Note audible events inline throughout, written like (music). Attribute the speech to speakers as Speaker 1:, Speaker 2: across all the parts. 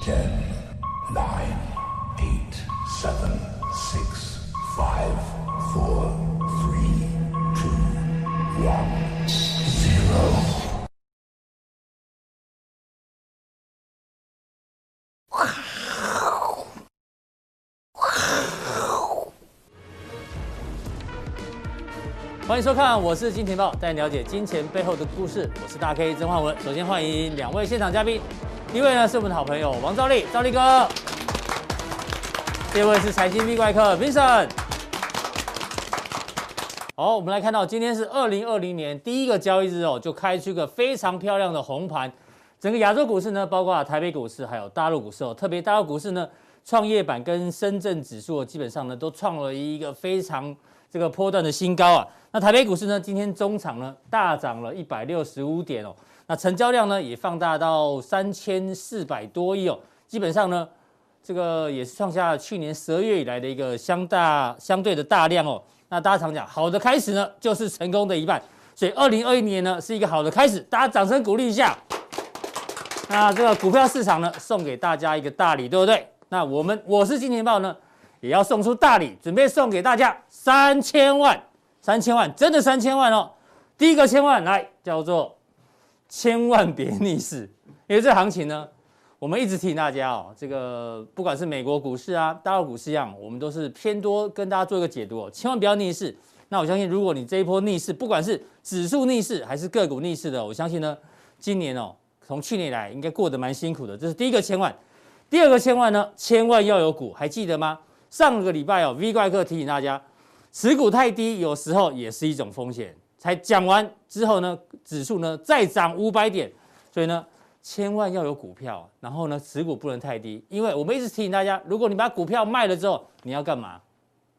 Speaker 1: Ten, nine, eight, seven, six, five, four, three, two, one, zero.
Speaker 2: 欢迎收看，我是金钱豹，带你了解金钱背后的故事。我是大 K 曾焕文。首先欢迎两位现场嘉宾，第一位呢是我们的好朋友王兆力，兆力哥；第二位是财经 V 怪客 Vincent。好，我们来看到今天是二零二零年第一个交易日哦，就开出一个非常漂亮的红盘。整个亚洲股市呢，包括台北股市还有大陆股市哦，特别大陆股市呢，创业板跟深圳指数哦基本上呢都创了一个非常这个波段的新高啊。那台北股市呢，今天中场呢大涨了一百六十五点哦，那成交量呢也放大到三千四百多亿哦，基本上呢这个也是创下去年十二月以来的一个相大相对的大量哦。那大家常讲，好的开始呢就是成功的一半，所以二零二一年呢是一个好的开始，大家掌声鼓励一下。那这个股票市场呢，送给大家一个大礼，对不对？那我们我是金钱豹呢，也要送出大礼，准备送给大家三千万，三千万，真的三千万哦！第一个千万来叫做千万别逆势，因为这行情呢，我们一直提醒大家哦，这个不管是美国股市啊、大陆股市一样，我们都是偏多跟大家做一个解读哦，千万不要逆势。那我相信，如果你这一波逆势，不管是指数逆势还是个股逆势的，我相信呢，今年哦，从去年以来应该过得蛮辛苦的。这是第一个千万，第二个千万呢，千万要有股，还记得吗？上个礼拜哦，V 怪客提醒大家，持股太低有时候也是一种风险。才讲完之后呢，指数呢再涨五百点，所以呢，千万要有股票，然后呢，持股啊不能太低，因为我们一直提醒大家，如果你把股票卖了之后，你要干嘛？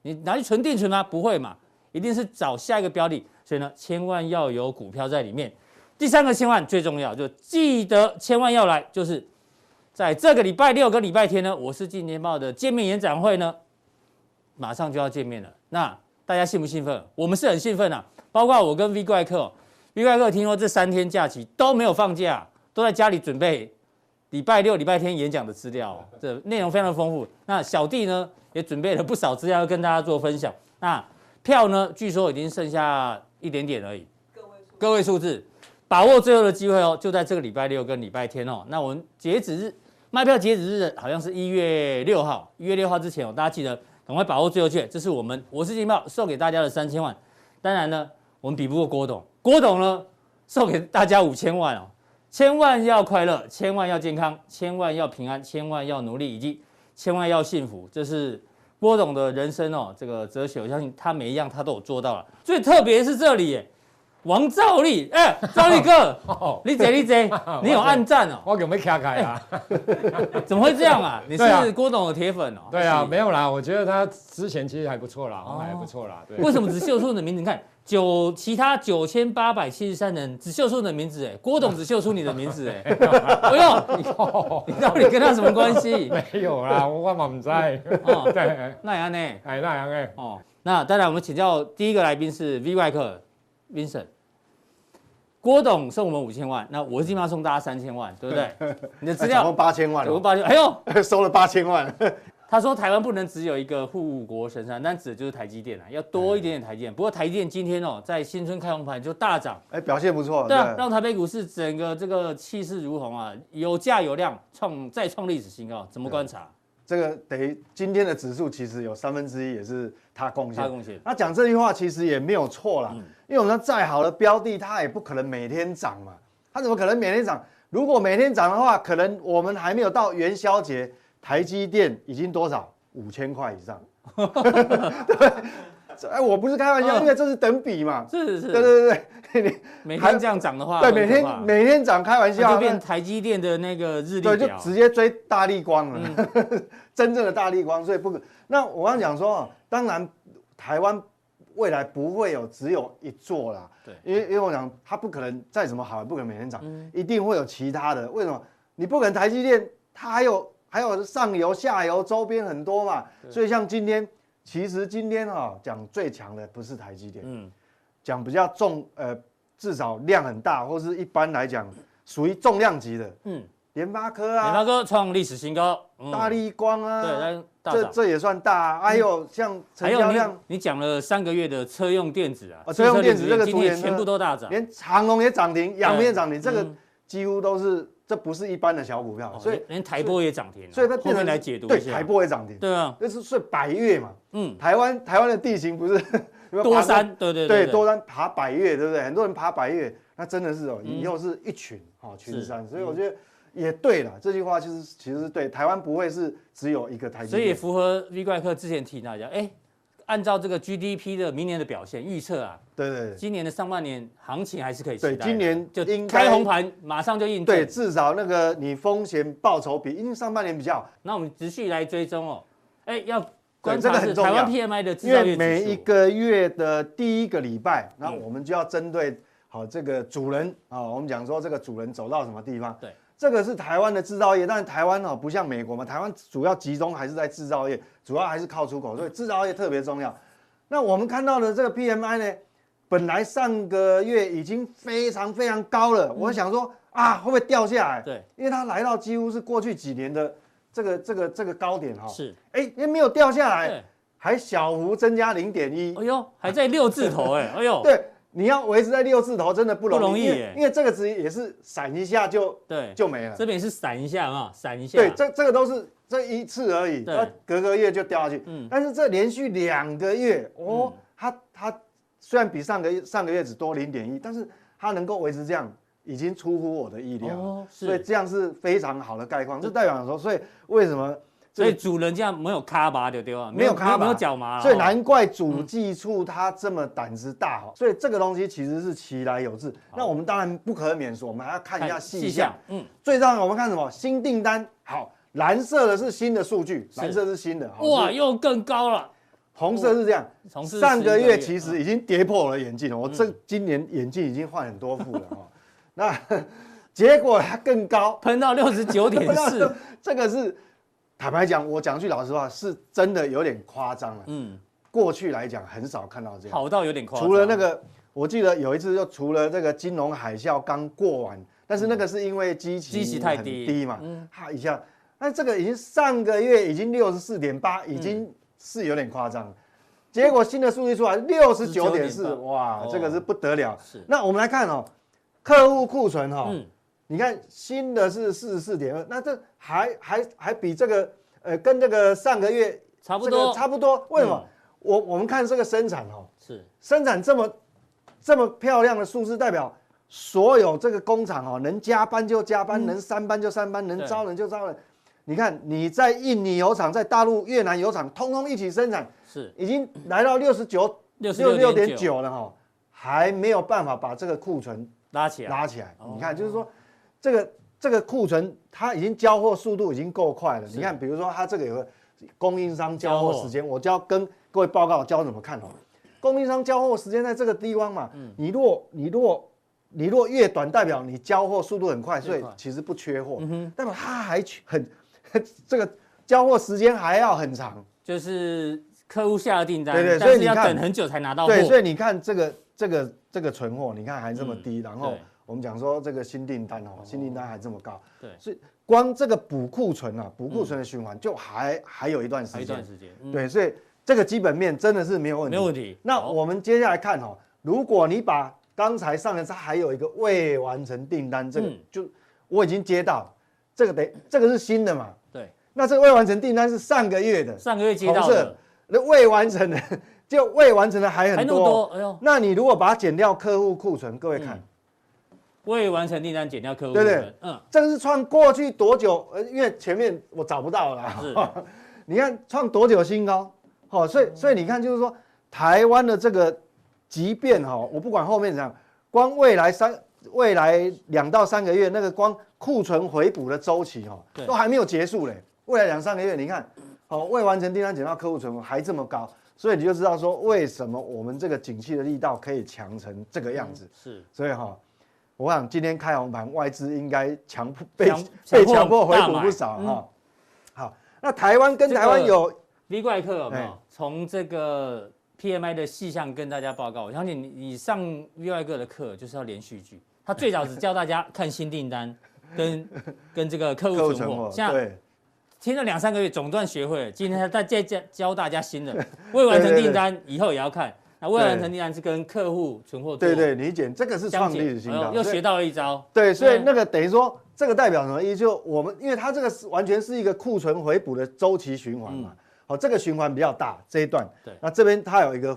Speaker 2: 你拿去存定存吗？不会嘛，一定是找下一个标的，所以呢，千万要有股票在里面。第三个千万最重要，就记得千万要来，就是在这个礼拜六跟礼拜天呢，我是今年报的见面演讲会呢，马上就要见面了。那大家兴不兴奋？我们是很兴奋啊，包括我跟 V 怪客哦，V 怪客听说这三天假期都没有放假，都在家里准备礼拜六、礼拜天演讲的资料、哦，这内容非常的丰富。那小弟呢也准备了不少资料要跟大家做分享。那票呢，据说已经剩下一点点而已，个位数字，把握最后的机会哦，就在这个礼拜六跟礼拜天哦。那我们截止日卖票截止日好像是一月六号，一月六号之前哦，大家记得赶快把握最后券，这是我们我是金豹送给大家的三千万。当然呢，我们比不过郭董，郭董呢送给大家五千万哦。千万要快乐，千万要健康，千万要平安，千万要努力，以及千万要幸福，这是郭董的人生哦，这个哲学，我相信他每一样他都有做到了。最特别是这里耶，王兆力，哎、兆力
Speaker 3: (laughs)
Speaker 2: 哥，
Speaker 3: 哦，
Speaker 2: 你贼你贼，你有暗赞哦？
Speaker 3: 我有没卡开
Speaker 2: (laughs)
Speaker 3: 啊？
Speaker 2: 怎么会这样啊？你
Speaker 3: 对啊
Speaker 2: 是郭董的铁粉哦？
Speaker 3: 对啊，
Speaker 2: 是
Speaker 3: 没有啦，我觉得他之前其实还不错啦，好像还不错啦，对。
Speaker 2: 哦为什么只秀出你的名字？你看九其他九千八百七十三人只秀出你的名字，哎，郭董只秀出你的名字，
Speaker 3: (laughs)
Speaker 2: 哎，哎呦，你到底跟他什么关系？
Speaker 3: 没
Speaker 2: (laughs)
Speaker 3: 有啦，我我嘛不知道。
Speaker 2: 哦，
Speaker 3: (laughs) 对，哎，
Speaker 2: 那样呢？
Speaker 3: 那样哎，
Speaker 2: 哦，那当然，我们请教第一个来宾是 V 外客 Vincent。郭董送我们五千万，那我今晚送大家三千万，对不
Speaker 4: (laughs)
Speaker 2: 对？你的资
Speaker 4: 哎总
Speaker 2: 料
Speaker 4: 共八千万
Speaker 2: 总共
Speaker 4: 哦，
Speaker 2: 八千，哎呦，
Speaker 4: (laughs) 收了八千万，
Speaker 2: 他说台湾不能只有一个护国神山，但指的就是台积电啊，要多一点点台积电。不过台积电今天哦，在新春开红盘就大涨，
Speaker 4: (laughs) 哎，表现不错。
Speaker 2: 对啊，让台北股市整个这个气势如虹啊，有价有量，创再创历史新高。怎么观察？
Speaker 4: 这个等于今天的指数其实有三分之一也是他贡
Speaker 2: 他
Speaker 4: 献。
Speaker 2: 贡献
Speaker 4: 那讲这句话其实也没有错啦，
Speaker 2: 嗯
Speaker 4: 因为我们说再好的标的，它也不可能每天涨嘛，它怎么可能每天涨？如果每天涨的话，可能我们还没有到元宵节，台积电已经多少五千块以 (laughs) 上，对不对这哎，我不是开玩笑，
Speaker 2: 嗯
Speaker 4: 因为这是啊等比嘛，
Speaker 2: 是是
Speaker 4: 对对对
Speaker 2: 每天这样涨的话，
Speaker 4: 对，
Speaker 2: 很
Speaker 4: 每
Speaker 2: 可怕
Speaker 4: 天每天涨，开玩
Speaker 2: 那
Speaker 4: 笑，
Speaker 2: 就变台积电的那个日历
Speaker 4: 啊对，就
Speaker 2: 表嗯
Speaker 4: 直接追大力光了， (laughs) 真正的大力光，所以不可。那我刚刚讲说，哦当然台湾未来不会有只有一座啦，
Speaker 2: 对嗯
Speaker 4: 因为因为我讲它不可能再怎么好，也不可能每天涨，一定会有其他的。为什么？你不可能台积电，它还有还有上游、下游、周边很多嘛，所以像今天，其实今天哈、讲最强的不是台积电，
Speaker 2: 嗯，
Speaker 4: 讲比较重呃，至少量很大，或是一般来讲属于重量级的，
Speaker 2: 嗯
Speaker 4: 嗯，联发科
Speaker 2: 联发
Speaker 4: 啊、
Speaker 2: 科创历史新高，嗯
Speaker 4: 大力光啊，
Speaker 2: 对，但
Speaker 4: 这
Speaker 2: 大涨。嗯
Speaker 4: 这也算大啊。还有像成
Speaker 2: 还
Speaker 4: 交
Speaker 2: 有
Speaker 4: 量
Speaker 2: 你，你讲了三个月的车用电子啊，
Speaker 4: 啊车用电子
Speaker 2: 汽
Speaker 4: 这个
Speaker 2: 今
Speaker 4: 族
Speaker 2: 天
Speaker 4: 群
Speaker 2: 全部
Speaker 4: 呢
Speaker 2: 都大涨，
Speaker 4: 连长隆也涨停，阳明也涨停，这个
Speaker 2: 啊哎嗯
Speaker 4: 几乎都是这不是一般的小股票，
Speaker 2: 哦
Speaker 4: 所以
Speaker 2: 连连台波也涨停了，
Speaker 4: 所以它
Speaker 2: 后
Speaker 4: 变
Speaker 2: 面
Speaker 4: 成
Speaker 2: 来解读
Speaker 4: 对
Speaker 2: 一下，
Speaker 4: 台波也涨停，
Speaker 2: 对啊，
Speaker 4: 那是所以百越嘛，
Speaker 2: 嗯，
Speaker 4: 台湾台湾的地形不是 (laughs) 有没
Speaker 2: 多
Speaker 4: 有爬过
Speaker 2: 山，对对
Speaker 4: 对
Speaker 2: 对，
Speaker 4: 多山爬百越，对不对？很多人爬百越，那真的是哦，
Speaker 2: 嗯
Speaker 4: 以后是一群哦群山，所以我觉得也对了，这句话其实其实是对，台湾不会是只有一个台积
Speaker 2: 所以也
Speaker 4: 电，
Speaker 2: 符合 V 怪客之前提大家，哎，按照这个 GDP 的明年的表现预测啊，
Speaker 4: 对对对
Speaker 2: 今年的上半年行情还是可以期待
Speaker 4: 对
Speaker 2: 的，
Speaker 4: 今年
Speaker 2: 就
Speaker 4: 应该
Speaker 2: 开红盘马上就印
Speaker 4: 对，
Speaker 2: 证。
Speaker 4: 至少那个你风险报酬比，因为上半年比较好，
Speaker 2: 那我们持续来追踪哦，哎，要观
Speaker 4: 这个
Speaker 2: 察
Speaker 4: 很
Speaker 2: 是
Speaker 4: 重
Speaker 2: 台湾
Speaker 4: 要
Speaker 2: PMI 的制
Speaker 4: 因
Speaker 2: 造
Speaker 4: 为
Speaker 2: 业
Speaker 4: 每
Speaker 2: 指数
Speaker 4: 一个月的第一个礼拜，那
Speaker 2: 嗯
Speaker 4: 我们就要针对好这个主人啊、我们讲说这个主人走到什么地方。
Speaker 2: 对，
Speaker 4: 这个是台湾的制造业，但是台湾哦不像美国嘛，台湾主要集中还是在制造业，主要还是靠出口，
Speaker 2: 嗯
Speaker 4: 所以制造业特别重要。那我们看到的这个 PMI 呢，本来上个月已经非常非常高了，我想说啊会不会掉下来？
Speaker 2: 嗯对，
Speaker 4: 因为它来到几乎是过去几年的这个这个这个高点哈、哦。
Speaker 2: 是，
Speaker 4: 哎，也没有掉下来。
Speaker 2: 对，
Speaker 4: 还小幅增加零点一
Speaker 2: 哎。呦，还在六字头哎，哎呦，
Speaker 4: 对，你要维持在六字头真的不容易，
Speaker 2: 不容易
Speaker 4: 因
Speaker 2: 耶
Speaker 4: 为因为这个值也是闪一下就
Speaker 2: 对，
Speaker 4: 就没了
Speaker 2: 这。边是闪一下嘛，闪一下，啊
Speaker 4: 对，这这个都是这一次而已，
Speaker 2: 对
Speaker 4: 它隔个月就掉下去。
Speaker 2: 嗯
Speaker 4: 但是这连续两个月，哦，它它虽然比上个月上个月只多零点一，但是它能够维持这样，已经出乎我的意料了。
Speaker 2: 哦是
Speaker 4: 所以这样是非常好的概况，这代表说，所以为什么
Speaker 2: 所以主人这样没有卡吧，对对吧？
Speaker 4: 没有卡
Speaker 2: 没
Speaker 4: 吧
Speaker 2: 有脚麻了，
Speaker 4: 所以
Speaker 2: 哦
Speaker 4: 难怪主计处他这么胆子大哦。所以这个东西其实是其来有自。那我们当然不可免俗，我们还要看一下细项。，
Speaker 2: 嗯，
Speaker 4: 最让我们看什么？新订单。好，蓝色的是新的数据，
Speaker 2: 是
Speaker 4: 蓝色是新的。好
Speaker 2: 哇，
Speaker 4: 是
Speaker 2: 又更高了，
Speaker 4: 红色是这样。
Speaker 2: 从事
Speaker 4: 上个
Speaker 2: 11
Speaker 4: 月其实已经跌破我的眼镜了，我这今年眼镜已经换很多副了哈。 (laughs) 那结果它更高，
Speaker 2: 喷到六十九点四，
Speaker 4: 这个是坦白讲，我讲句老实话，是真的有点夸张了。
Speaker 2: 嗯，
Speaker 4: 过去来讲很少看到这样。
Speaker 2: 好到有点夸张。
Speaker 4: 除了那个，我记得有一次就除了这个金融海啸刚过完，但是那个是因为基期
Speaker 2: 基期太
Speaker 4: 很
Speaker 2: 低
Speaker 4: 低嘛
Speaker 2: 嗯，
Speaker 4: 哈一下，那这个已经上个月已经六十四点八，已经是有点夸张了。结果新的数据出来，六十九点四，
Speaker 2: 19.4
Speaker 4: 哇
Speaker 2: 哦，
Speaker 4: 这个是不得了。
Speaker 2: 是
Speaker 4: 那我们来看哦，客户库存哈、
Speaker 2: 嗯
Speaker 4: 你看新的是四十四点二，那这还还还比这个呃跟这个上个月
Speaker 2: 差不
Speaker 4: 这个
Speaker 2: 多嗯
Speaker 4: 差不多。为什么？我我们看这个生产哦，
Speaker 2: 是
Speaker 4: 生产这么这么漂亮的数字，代表所有这个工厂哦，能加班就加班，能三班就三班，能
Speaker 2: 对
Speaker 4: 招人就招人。你看你在印尼油厂，在大陆、越南油厂，通通一起生产，
Speaker 2: 是
Speaker 4: 已经来到六十九、
Speaker 2: 66.9
Speaker 4: 了哈、还没有办法把这个库存
Speaker 2: 拉起来，
Speaker 4: 拉起来。
Speaker 2: 哦
Speaker 4: 你看，就是说这个这个库存它已经交货速度已经够快了。你看，比如说它这个有个供应商交货时间，我就要跟各位报告交怎么看哦。供应商交货时间在这个地方嘛，你若你若你若越短，代表你交货速度很快，所以其实不缺货，代表它还缺很 (laughs) 这个交货时间还要很长。
Speaker 2: 就是客户下了订单，
Speaker 4: 对对
Speaker 2: 但
Speaker 4: 所以
Speaker 2: 是
Speaker 4: 你
Speaker 2: 要
Speaker 4: 看
Speaker 2: 等很久才拿到货，嗯
Speaker 4: 对，所以你看这个这个这个存货，你看还这么低，然后
Speaker 2: 对
Speaker 4: 我们讲说这个新订单哦，新订单还这么高，
Speaker 2: 对嗯
Speaker 4: 所以光这个补库存啊，补库存的循环就还、还有一段时
Speaker 2: 还有
Speaker 4: 间，
Speaker 2: 一段时间，嗯，
Speaker 4: 对，所以这个基本面真的是没有问题，
Speaker 2: 没有问题
Speaker 4: 那
Speaker 2: 好
Speaker 4: 我们接下来看哦，如果你把刚才上一次还有一个未完成订单，这个、
Speaker 2: 嗯
Speaker 4: 就我已经接到，这个得这个是新的嘛，
Speaker 2: 对，
Speaker 4: 那这个未完成订单是上个月的，
Speaker 2: 上个月接到
Speaker 4: 红色
Speaker 2: 的，
Speaker 4: 那未完成的 (laughs) 就未完成的还
Speaker 2: 还
Speaker 4: 很
Speaker 2: 那么
Speaker 4: 多。
Speaker 2: 多，哎呦，
Speaker 4: 那你如果把它减掉客户库存，各位看，
Speaker 2: 嗯未完成订单减掉客户，
Speaker 4: 对对
Speaker 2: 对，嗯，
Speaker 4: 这个是创过去多久？呃，因为前面我找不到了 (laughs)
Speaker 2: 是
Speaker 4: 啦。你看创多久新高？哦，所以
Speaker 2: 嗯
Speaker 4: 所以你看，就是说台湾的这个，即便哈、哦，我不管后面怎样，光未来三未来两到三个月那个光库存回补的周期哈、
Speaker 2: 对
Speaker 4: 哦，都还没有结束嘞。未来两三个月，你看，哦，未完成订单减到客户存还这么高，所以你就知道说为什么我们这个景气的力道可以强成这个样子。
Speaker 2: 是
Speaker 4: 所以哈、我想今天开红盘，外资应该强迫被
Speaker 2: 强
Speaker 4: (laughs) 被
Speaker 2: 强
Speaker 4: 强
Speaker 2: 迫
Speaker 4: 迫回
Speaker 2: 大
Speaker 4: 补
Speaker 2: 买
Speaker 4: 不少哈、
Speaker 2: 嗯
Speaker 4: 好，那台湾跟
Speaker 2: 这个
Speaker 4: 台湾有、
Speaker 2: V 怪客有没有
Speaker 4: 哎
Speaker 2: 从这个 PMI 的细项跟大家报告？我相信你你上 V 怪客的课就是要连续剧，他最早只教大家看新订单，跟跟这个客
Speaker 4: (laughs) 客
Speaker 2: 户
Speaker 4: 户
Speaker 2: 存
Speaker 4: 存
Speaker 2: 货
Speaker 4: 货，，
Speaker 2: 现在
Speaker 4: 哦对，
Speaker 2: 听了两三个月，总算学
Speaker 4: (laughs)
Speaker 2: 会了。今天他再再教教大家新的，未完成订单以后也要看。那未完成订单是跟客户存货做
Speaker 4: 对对，理解，这个是
Speaker 2: 相
Speaker 4: 创
Speaker 2: 减
Speaker 4: 立的新
Speaker 2: 哎呦
Speaker 4: 高，
Speaker 2: 又
Speaker 4: 所以
Speaker 2: 学到了一招。
Speaker 4: 对，所以
Speaker 2: 对
Speaker 4: 那个等于说，这个代表什么意思？就我们，因为它这个是完全是一个库存回补的周期循环嘛。好、这个循环比较大，这一段。
Speaker 2: 嗯对
Speaker 4: 那这边它有一个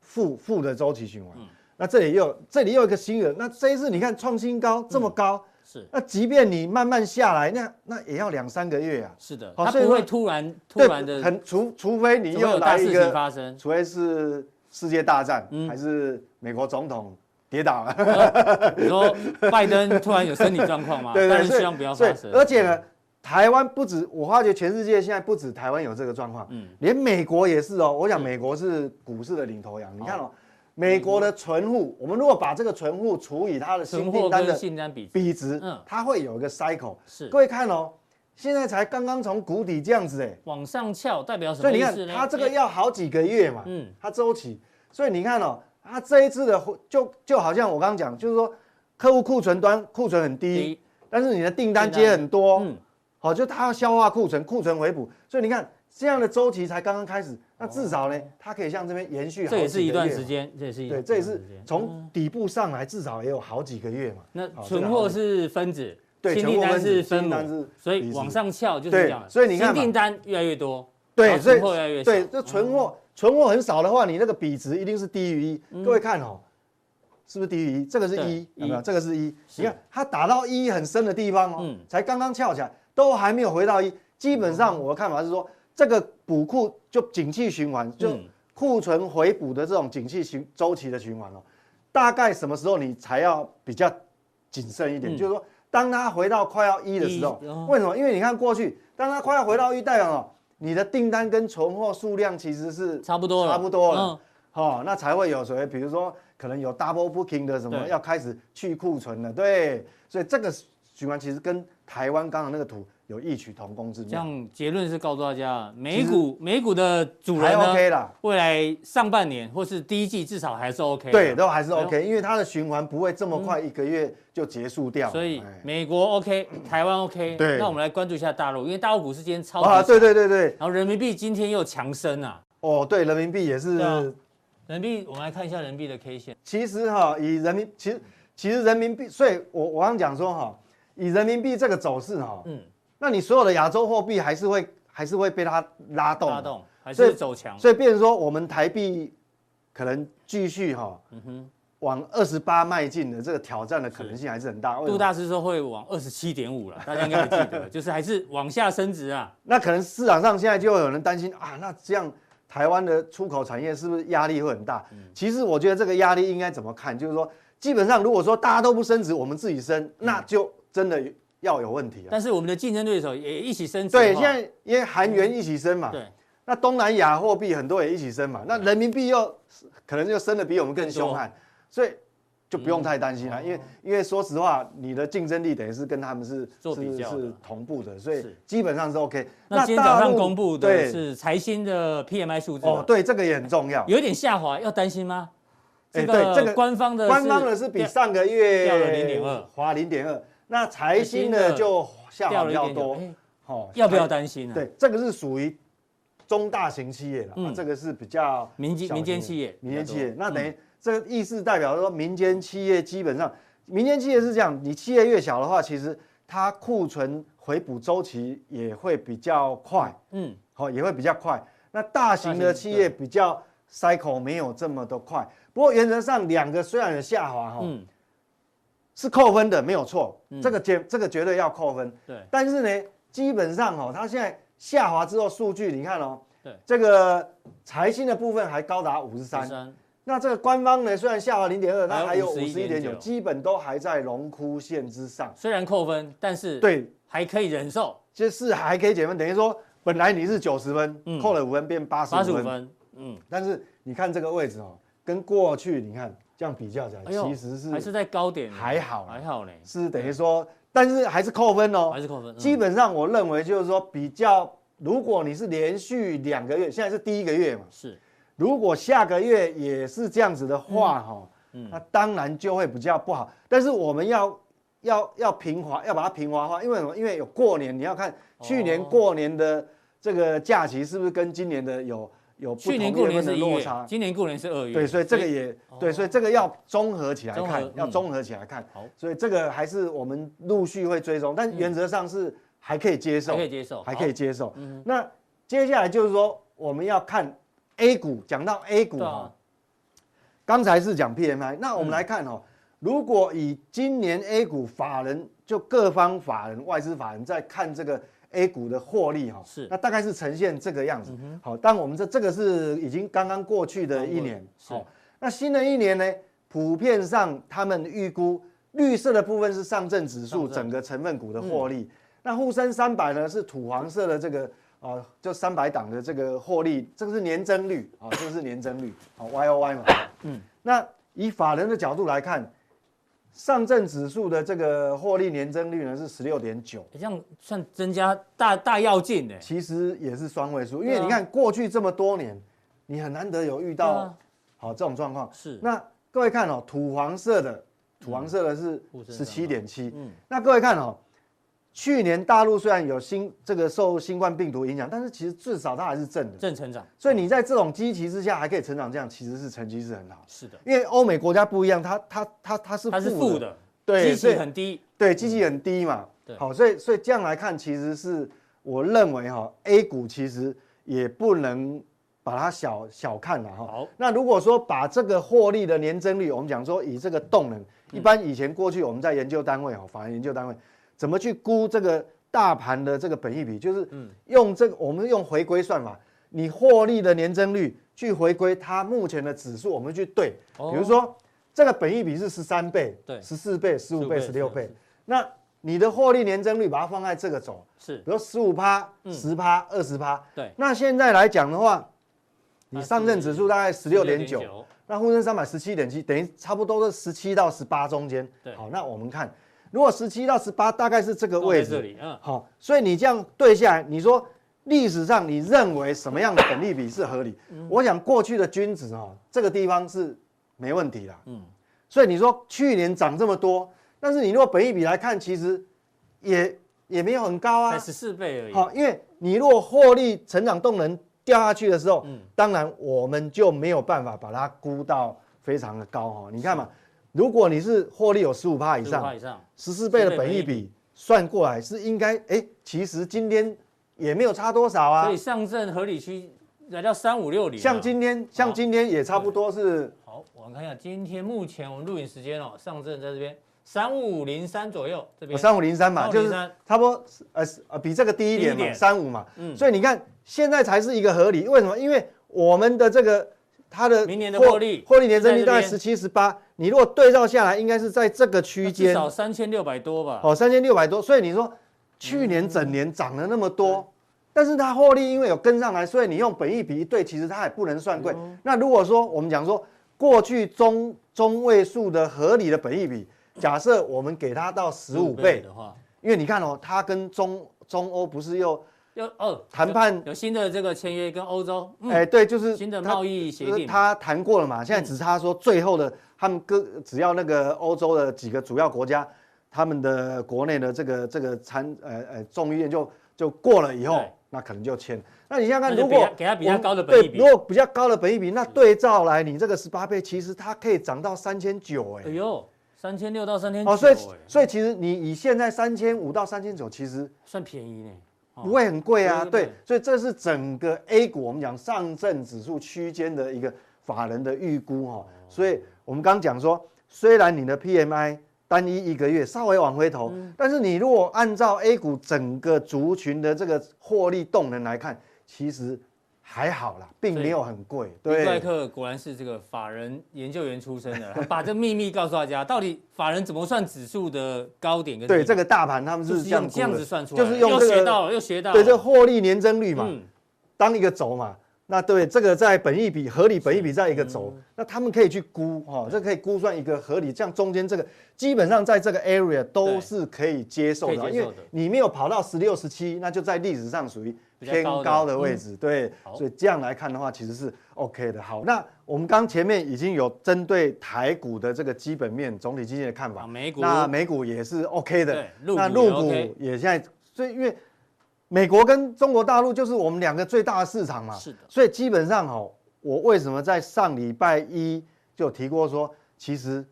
Speaker 4: 负负的周期循环。
Speaker 2: 嗯
Speaker 4: 那这里又这里又有一个新的，那这一次你看创新高这么高，
Speaker 2: 嗯是
Speaker 4: 那即便你慢慢下来，那那也要两三个月啊。
Speaker 2: 是的，
Speaker 4: 好
Speaker 2: 他
Speaker 4: 所以
Speaker 2: 不会
Speaker 4: 说
Speaker 2: 突然突
Speaker 4: 对，
Speaker 2: 然的，
Speaker 4: 很除除非你
Speaker 2: 除非
Speaker 4: 又
Speaker 2: 有大
Speaker 4: 来
Speaker 2: 事
Speaker 4: 一
Speaker 2: 情
Speaker 4: 个，
Speaker 2: 发生。
Speaker 4: 除非是世界大战，
Speaker 2: 嗯
Speaker 4: 还是美国总统跌倒了。
Speaker 2: 你说拜登啊突然有身体状况吗？
Speaker 4: (laughs) 对对，
Speaker 2: 但
Speaker 4: 所
Speaker 2: 是
Speaker 4: 以
Speaker 2: 希望不要
Speaker 4: 所以
Speaker 2: 发生。嗯
Speaker 4: 而且呢，台湾不止，我发觉全世界现在不止台湾有这个状况，
Speaker 2: 嗯
Speaker 4: 连美国也是哦。我想美国是股市的领头羊，你看哦，
Speaker 2: 嗯
Speaker 4: 美国的存户，我们如果把这个存户除以它的
Speaker 2: 存
Speaker 4: 新
Speaker 2: 货
Speaker 4: 订单
Speaker 2: 跟
Speaker 4: 的
Speaker 2: 信单比
Speaker 4: 比值
Speaker 2: 嗯，
Speaker 4: 它会有一个 cycle。
Speaker 2: 是
Speaker 4: 各位看哦，现在才刚刚从谷底这样子哎，
Speaker 2: 往上翘，代表什
Speaker 4: 所
Speaker 2: 么
Speaker 4: 以
Speaker 2: 意
Speaker 4: 你
Speaker 2: 思
Speaker 4: 看
Speaker 2: 呢？
Speaker 4: 它这个
Speaker 2: 哎
Speaker 4: 要好几个月嘛，
Speaker 2: 嗯
Speaker 4: 嗯，它周期，所以你看哦，它这一次的货就就好像我刚刚讲，就是说客户库存端库存很低
Speaker 2: 低，
Speaker 4: 但是你的订单
Speaker 2: 订单
Speaker 4: 接很多，
Speaker 2: 嗯
Speaker 4: 好，就它要消化库存，库存回补，所以你看这样的周期才刚刚开始，那至少呢，它可以像这边延续好几
Speaker 2: 哦这也
Speaker 4: 个月，哦
Speaker 2: 是一段时，间，嗯这也是一
Speaker 4: 对，这也是
Speaker 2: 段时间
Speaker 4: 从底部上来，至少也有好几个月嘛。
Speaker 2: 那
Speaker 4: 好
Speaker 2: 存
Speaker 4: 这个
Speaker 2: 货
Speaker 4: 好
Speaker 2: 是分子，
Speaker 4: 对
Speaker 2: 新订单是分
Speaker 4: 存货
Speaker 2: 母
Speaker 4: 分子新订单是，
Speaker 2: 所以
Speaker 4: 离子
Speaker 2: 往上翘就是
Speaker 4: 对
Speaker 2: 这样的。
Speaker 4: 所以你看嘛
Speaker 2: 新订单越来越多，然
Speaker 4: 对，
Speaker 2: 后
Speaker 4: 所以
Speaker 2: 存货越来哦越少。
Speaker 4: 对，这存货、存货很少的话，你那个比值一定是低于一、各位看哦，是不是低于一？这个是
Speaker 2: 嗯对
Speaker 4: 一，
Speaker 2: 一
Speaker 4: 有没有？这个是一。
Speaker 2: 是
Speaker 4: 你看它打到一很深的地方哦，
Speaker 2: 嗯
Speaker 4: 才刚刚翘起来，都还没有回到一。基本上我的看法是说，这个补库就景气循环，就
Speaker 2: 嗯
Speaker 4: 库存回补的这种景气循周期的循环哦，大概什么时候你才要比较谨慎一点？
Speaker 2: 嗯
Speaker 4: 就是说，当它回到快要一的时候
Speaker 2: 一哦，
Speaker 4: 为什么？因为你看过去，当它快要回到一，代表哦，你的订单跟存货数量其实是
Speaker 2: 差不多了，
Speaker 4: 差不多了
Speaker 2: 嗯，，
Speaker 4: 哦，那才会有所谓，比如说可能有 double booking 的什么
Speaker 2: 对
Speaker 4: 要开始去库存了，对，所以这个循环其实跟台湾刚刚那个图有异曲同工之
Speaker 2: 这
Speaker 4: 妙，
Speaker 2: 样结论是告诉大家，美
Speaker 4: 其实
Speaker 2: 股美股的主
Speaker 4: 还
Speaker 2: 人呢，
Speaker 4: OK 啦，
Speaker 2: 未来上半年或是第一季至少还是 OK 的。
Speaker 4: 对，都还是
Speaker 2: 哎呦嗯
Speaker 4: OK，因为它的循环不会这么快一个月就结束掉，
Speaker 2: 所以
Speaker 4: 哎
Speaker 2: 美国 OK，台湾 OK，
Speaker 4: 对
Speaker 2: 那我们来关注一下大陆，因为大陆股市今天超级
Speaker 4: 啊，对
Speaker 2: 强，
Speaker 4: 对对对，
Speaker 2: 然后人民币今天又强升啊，
Speaker 4: 哦，对，人民币也是
Speaker 2: 对啊人民币我们来看一下人民币的 K 线，
Speaker 4: 其实哈，以人民其实其实人民币，所以我我刚刚讲说哈，以人民币这个走势哈，
Speaker 2: 嗯，
Speaker 4: 那你所有的亚洲货币还是会还是会被它拉动，
Speaker 2: 拉，动还
Speaker 4: 所以
Speaker 2: 是走强，
Speaker 4: 所以变成说我们台币可能继续哈，
Speaker 2: 嗯
Speaker 4: 往二十八迈进的这个挑战的可能性还是很大。为什
Speaker 2: 杜
Speaker 4: 么
Speaker 2: 大师说会往二十七点五了，大家应该还记
Speaker 4: (laughs)
Speaker 2: 得，就是还是往下升值啊，
Speaker 4: 那可能市场上现在就有人担心啊，那这样台湾的出口产业是不是压力会很大？
Speaker 2: 嗯
Speaker 4: 其实我觉得这个压力应该怎么看，就是说，基本上如果说大家都不升值，我们自己升，那就真的要有问题了。
Speaker 2: 但是我们的竞争对手也一起升值的话，
Speaker 4: 对，现在啊因为韩元一起升嘛，
Speaker 2: 对
Speaker 4: 那东南亚货币很多也一起升嘛，那人民币又可能就升的比我们更凶悍，所以就不用太担心
Speaker 2: 嗯
Speaker 4: 了，因为因为说实话，你的竞争力等于是跟他们是
Speaker 2: 做比较的
Speaker 4: 是是同步的，所以
Speaker 2: 是
Speaker 4: 基本上是 OK。
Speaker 2: 那今天早上公布
Speaker 4: 大陆
Speaker 2: 的
Speaker 4: 对
Speaker 2: 是财新的 PMI 数字嘛，
Speaker 4: 哦，对，这个也很重要。
Speaker 2: 有点下滑，要担心吗？
Speaker 4: 哎
Speaker 2: 这
Speaker 4: 对这
Speaker 2: 个
Speaker 4: 个
Speaker 2: 官方的
Speaker 4: 官方的是比上个月
Speaker 2: 掉了0.2
Speaker 4: 滑零点二，那财新的就下
Speaker 2: 掉
Speaker 4: 滑
Speaker 2: 了
Speaker 4: 比
Speaker 2: 一
Speaker 4: 较
Speaker 2: 点九，
Speaker 4: 多。
Speaker 2: 哎
Speaker 4: 哦
Speaker 2: 要不要担心呢？啊
Speaker 4: 对，这个是属于中大型企业了、
Speaker 2: 嗯
Speaker 4: 啊，这个是比较
Speaker 2: 民间
Speaker 4: 小
Speaker 2: 民
Speaker 4: 型的
Speaker 2: 间企业
Speaker 4: 民间企
Speaker 2: 比
Speaker 4: 业
Speaker 2: 较。多嗯
Speaker 4: 那等于、这个意思代表说，民间企业基本上，民间企业是这样，你企业越小的话，其实它库存回补周期也会比较快，
Speaker 2: 嗯，
Speaker 4: 好、也会比较快。那大型
Speaker 2: 大
Speaker 4: 的
Speaker 2: 型
Speaker 4: 企业比较 cycle 没有这么的快，不过原则上两个虽然有下滑哈、
Speaker 2: 嗯，
Speaker 4: 是扣分的，没有错，这个绝这个嗯绝对要扣分。
Speaker 2: 对，
Speaker 4: 但是呢，基本上哦，它现在下滑之后，数据你看哦，
Speaker 2: 对
Speaker 4: 这个财新的部分还高达五十
Speaker 2: 十
Speaker 4: 三，
Speaker 2: 三，
Speaker 4: 那这个官方呢虽然下滑零点二，它
Speaker 2: 还
Speaker 4: 还
Speaker 2: 有
Speaker 4: 有五十一点九，
Speaker 2: 51.9
Speaker 4: 基本都还在荣枯线之上。
Speaker 2: 虽然扣分，但是
Speaker 4: 对，
Speaker 2: 还可以忍受
Speaker 4: 就是还可以减分，等于说本来你是九十分，
Speaker 2: 嗯
Speaker 4: 扣了五分变八十
Speaker 2: 八十
Speaker 4: 五
Speaker 2: 五
Speaker 4: 分，
Speaker 2: 分。嗯，
Speaker 4: 但是你看这个位置哦，跟过去你看这样比较起来，
Speaker 2: 哎呦
Speaker 4: 其实是
Speaker 2: 还是在高点，
Speaker 4: 还好啦
Speaker 2: 还好呢，
Speaker 4: 是等于说，但是还是扣分哦，
Speaker 2: 还是扣分。嗯
Speaker 4: 基本上我认为就是说比较，如果你是连续两个月，现在是第一个月嘛，
Speaker 2: 是
Speaker 4: 如果下个月
Speaker 2: 嗯
Speaker 4: 哦也是这样子的话，哈、那当然就会比较不好。但是我们要要要平滑，要把它平滑化，因为什么？因为有过年，你要看
Speaker 2: 哦
Speaker 4: 去年过年的这个假期是不是跟今年的有有不
Speaker 2: 去
Speaker 4: 同
Speaker 2: 年过
Speaker 4: 月
Speaker 2: 年
Speaker 4: 份的
Speaker 2: 是一
Speaker 4: 落
Speaker 2: 月
Speaker 4: 差，。
Speaker 2: 今年过年是二月，
Speaker 4: 对，所以这个也对，所以这个要综合起来
Speaker 2: 哦综合
Speaker 4: 看，要
Speaker 2: 嗯
Speaker 4: 综合起来看。
Speaker 2: 好嗯
Speaker 4: 所以这个还是我们陆续会追踪，但原则上是还可以接受，
Speaker 2: 还可以接受哦
Speaker 4: 还可以
Speaker 2: 好嗯
Speaker 4: 接受。那接下来就是说，我们要看 A 股，讲到 A 股
Speaker 2: 对
Speaker 4: 哈
Speaker 2: 啊，，嗯
Speaker 4: 刚才是讲 PMI，那我们来看哦，如果以今年 A 股法人就各方法人、外资法人在看这个 A 股的获利哈，
Speaker 2: 是嗯
Speaker 4: 那大概是呈现这个样子。好，但我们这这个是已经刚刚过去的一年，
Speaker 2: 是
Speaker 4: 好，那新的一年呢，普遍上他们预估绿色的部分是上证指数
Speaker 2: 上证嗯
Speaker 4: 整个成分股的获利，那沪深三百呢是土黄色的这个。哦，就三百档的这个获利，这个是年增率，哦，这个是年增率，哦，Y O Y 嘛，
Speaker 2: 嗯
Speaker 4: 那以法人的角度来看，上证指数的这个获利年增率呢是十六点九，
Speaker 2: 哎这样算增加大大要进呢。
Speaker 4: 其实也是双位数，
Speaker 2: 对
Speaker 4: 因为
Speaker 2: 啊
Speaker 4: 你看过去这么多年，你很难得有遇
Speaker 2: 对
Speaker 4: 到
Speaker 2: 啊
Speaker 4: 好这种状况。
Speaker 2: 是
Speaker 4: 那各位看哦，土黄色的，土黄色的是
Speaker 2: 沪深
Speaker 4: 十
Speaker 2: 嗯三
Speaker 4: 七
Speaker 2: 百
Speaker 4: 点七
Speaker 2: 嗯。
Speaker 4: 那各位看哦，去年大陆虽然有新这个受新冠病毒影响，但是其实至少它还是正的。
Speaker 2: 正成长，
Speaker 4: 所以你在这种基期之下还可以成长，这样其实是成绩是很好。
Speaker 2: 是的，
Speaker 4: 因为欧美国家不一样，它它它它是
Speaker 2: 它是负的，
Speaker 4: 对
Speaker 2: 基
Speaker 4: 所以
Speaker 2: 期很低，
Speaker 4: 对，基期很低嘛。
Speaker 2: 嗯对
Speaker 4: 好，所以所以这样来看，其实是我认为哈、a 股其实也不能把它小小看了哈、
Speaker 2: 好
Speaker 4: 那如果说把这个获利的年增率，我们讲说以这个动能，
Speaker 2: 嗯
Speaker 4: 一般以前过去我们在研究单位哦，法人研究单位怎么去估这个大盘的这个本益比，就是
Speaker 2: 嗯
Speaker 4: 用这个我们用回归算法，你获利的年增率去回归它目前的指数，我们去对，比如说。这个本益比是十三倍、
Speaker 2: 哦对
Speaker 4: 十四倍、十五倍、啊
Speaker 2: 15
Speaker 4: 十
Speaker 2: 倍
Speaker 4: 六倍，那你的获利年增率把它放在这个走，
Speaker 2: 是
Speaker 4: 比如十五趴、十趴、二十趴。
Speaker 2: 对
Speaker 4: 那现在来讲的话，
Speaker 2: 它
Speaker 4: 你
Speaker 2: 是
Speaker 4: 上证指数大概十六点九，
Speaker 2: 16.9，
Speaker 4: 那沪深三百十七点七，等于差不多是十七到十八中间
Speaker 2: 对。
Speaker 4: 好，那我们看，如果十七到十八大概是这个
Speaker 2: 位
Speaker 4: 位
Speaker 2: 这
Speaker 4: 置，
Speaker 2: 里，嗯，
Speaker 4: 好，所以你这样对下来，你说历史上你认为什么样的本利比是合理？我想过去的均值哦，这个地方是没问题啦。嗯，所以你说去年涨这么多，但是你如果本益比来看，其实也也没有很高啊
Speaker 2: 才。十四倍而已，
Speaker 4: 好，因为你如果获利成长动能掉下去的时候，当然我们就没有办法把它估到非常的高哦。你看嘛，如果你是获利有十五趴以
Speaker 2: 15%
Speaker 4: 上，
Speaker 2: 以上，
Speaker 4: 十四倍的本益
Speaker 2: 14倍本益
Speaker 4: 比算过来是应该，哎、其实今天也没有差多少啊
Speaker 2: 所以。啊上证合理区来到三五六零，
Speaker 4: 像今
Speaker 2: 哦
Speaker 4: 天，像今天也差不多是
Speaker 2: 好，我们看一下今天目前我们录影时间哦，上证在这边三五零三左右，这边
Speaker 4: 三五零三嘛，
Speaker 2: 3503
Speaker 4: 就是差不多呃呃比这个低一点
Speaker 2: 低一
Speaker 4: 嘛，
Speaker 2: 点
Speaker 4: 三五嘛。
Speaker 2: 嗯
Speaker 4: 所以你看现在才是一个合理，为什么？因为我们的这个它的
Speaker 2: 明年的获利
Speaker 4: 获利年增率
Speaker 2: 在这
Speaker 4: 大
Speaker 2: 边
Speaker 4: 概十七十八，你如果对照下来，应该是在这个区
Speaker 2: 至
Speaker 4: 间，
Speaker 2: 少三千六百多吧，
Speaker 4: 哦，三千六百多，所以你说去年整年涨了那么多，但是它获利因为有跟上来，所以你用本益比一对，其实它也不能算贵。那如果说我们讲说过去中中位数的合理的本益比，假设我们给它到十五倍，
Speaker 2: 的话，
Speaker 4: 因为你看哦，它跟中中欧不是又
Speaker 2: 又哦
Speaker 4: 谈判
Speaker 2: 有有新的这个签约跟欧洲，嗯，
Speaker 4: 哎、对，就是
Speaker 2: 新的
Speaker 4: 他呃
Speaker 2: 贸易协定嘛
Speaker 4: 他谈过了嘛，现在只差说最后的他们各只要那个欧洲的几个主要国家，他们的国内的这个这个参呃呃众议院就就过了以后
Speaker 2: 对，
Speaker 4: 那可能就签。那你想想
Speaker 2: 那
Speaker 4: 看，
Speaker 2: 就
Speaker 4: 如果
Speaker 2: 给他给他比较
Speaker 4: 我们
Speaker 2: 高的本益比
Speaker 4: 对，如果比较高的本益比，那对照来你这个十八倍，其实它可以涨到三千九哎
Speaker 2: 哎。呦，三千六到三千九，
Speaker 4: 哦，所以
Speaker 2: 哎
Speaker 4: 所以其实你以现在三千五到三千九，其实
Speaker 2: 算便宜呢，哦
Speaker 4: 不会很贵啊，
Speaker 2: 对对
Speaker 4: 对，所以这是整个 A 股我们讲上证指数区间的一个法人的预估
Speaker 2: 哦
Speaker 4: 哈、所以我们刚讲说，虽然你的 PMI 单一一个月稍微往回头，
Speaker 2: 嗯
Speaker 4: 但是你如果按照 A 股整个族群的这个获利动能来看，其实还好啦，并没有很贵，
Speaker 2: 林怪
Speaker 4: 对，
Speaker 2: 客果然是这个法人研究员出身的，他把这秘密告诉大家，到底法人怎么算指数的高点跟低
Speaker 4: 对，
Speaker 2: 点
Speaker 4: 这个大盘他们
Speaker 2: 就是是
Speaker 4: 这样
Speaker 2: 用
Speaker 4: 估
Speaker 2: 这样
Speaker 4: 的
Speaker 2: 子算出来
Speaker 4: 就
Speaker 2: 的，
Speaker 4: 是用
Speaker 2: 又
Speaker 4: 这
Speaker 2: 学
Speaker 4: 个
Speaker 2: 到了又学到了，
Speaker 4: 对这个获利年增率嘛，
Speaker 2: 嗯
Speaker 4: 当一个轴嘛。那对这个在本益比合理本益比在一个轴，那他们可以去估哈、哦，这可以估算一个合理，像中间这个基本上在这个 area 都是可以接受
Speaker 2: 可
Speaker 4: 的，
Speaker 2: 以接
Speaker 4: 因
Speaker 2: 受
Speaker 4: 为
Speaker 2: 的
Speaker 4: 你没有跑到十六十七，那就在历史上属于
Speaker 2: 比较
Speaker 4: 偏
Speaker 2: 高的
Speaker 4: 高的位置，对，所以这样来看的话，其实是 OK 的。好，那我们刚前面已经有针对台股的这个基本面、总体经济的看法，
Speaker 2: 啊美股
Speaker 4: 那美股也是 OK 的，
Speaker 2: 对陆股
Speaker 4: 那
Speaker 2: 也
Speaker 4: 陆股
Speaker 2: OK
Speaker 4: 也现在，所以因为美国跟中国大陆就是我们两个最大的市场嘛，
Speaker 2: 是的
Speaker 4: 所以基本上哦，我为什么在上礼拜一就提过说，其实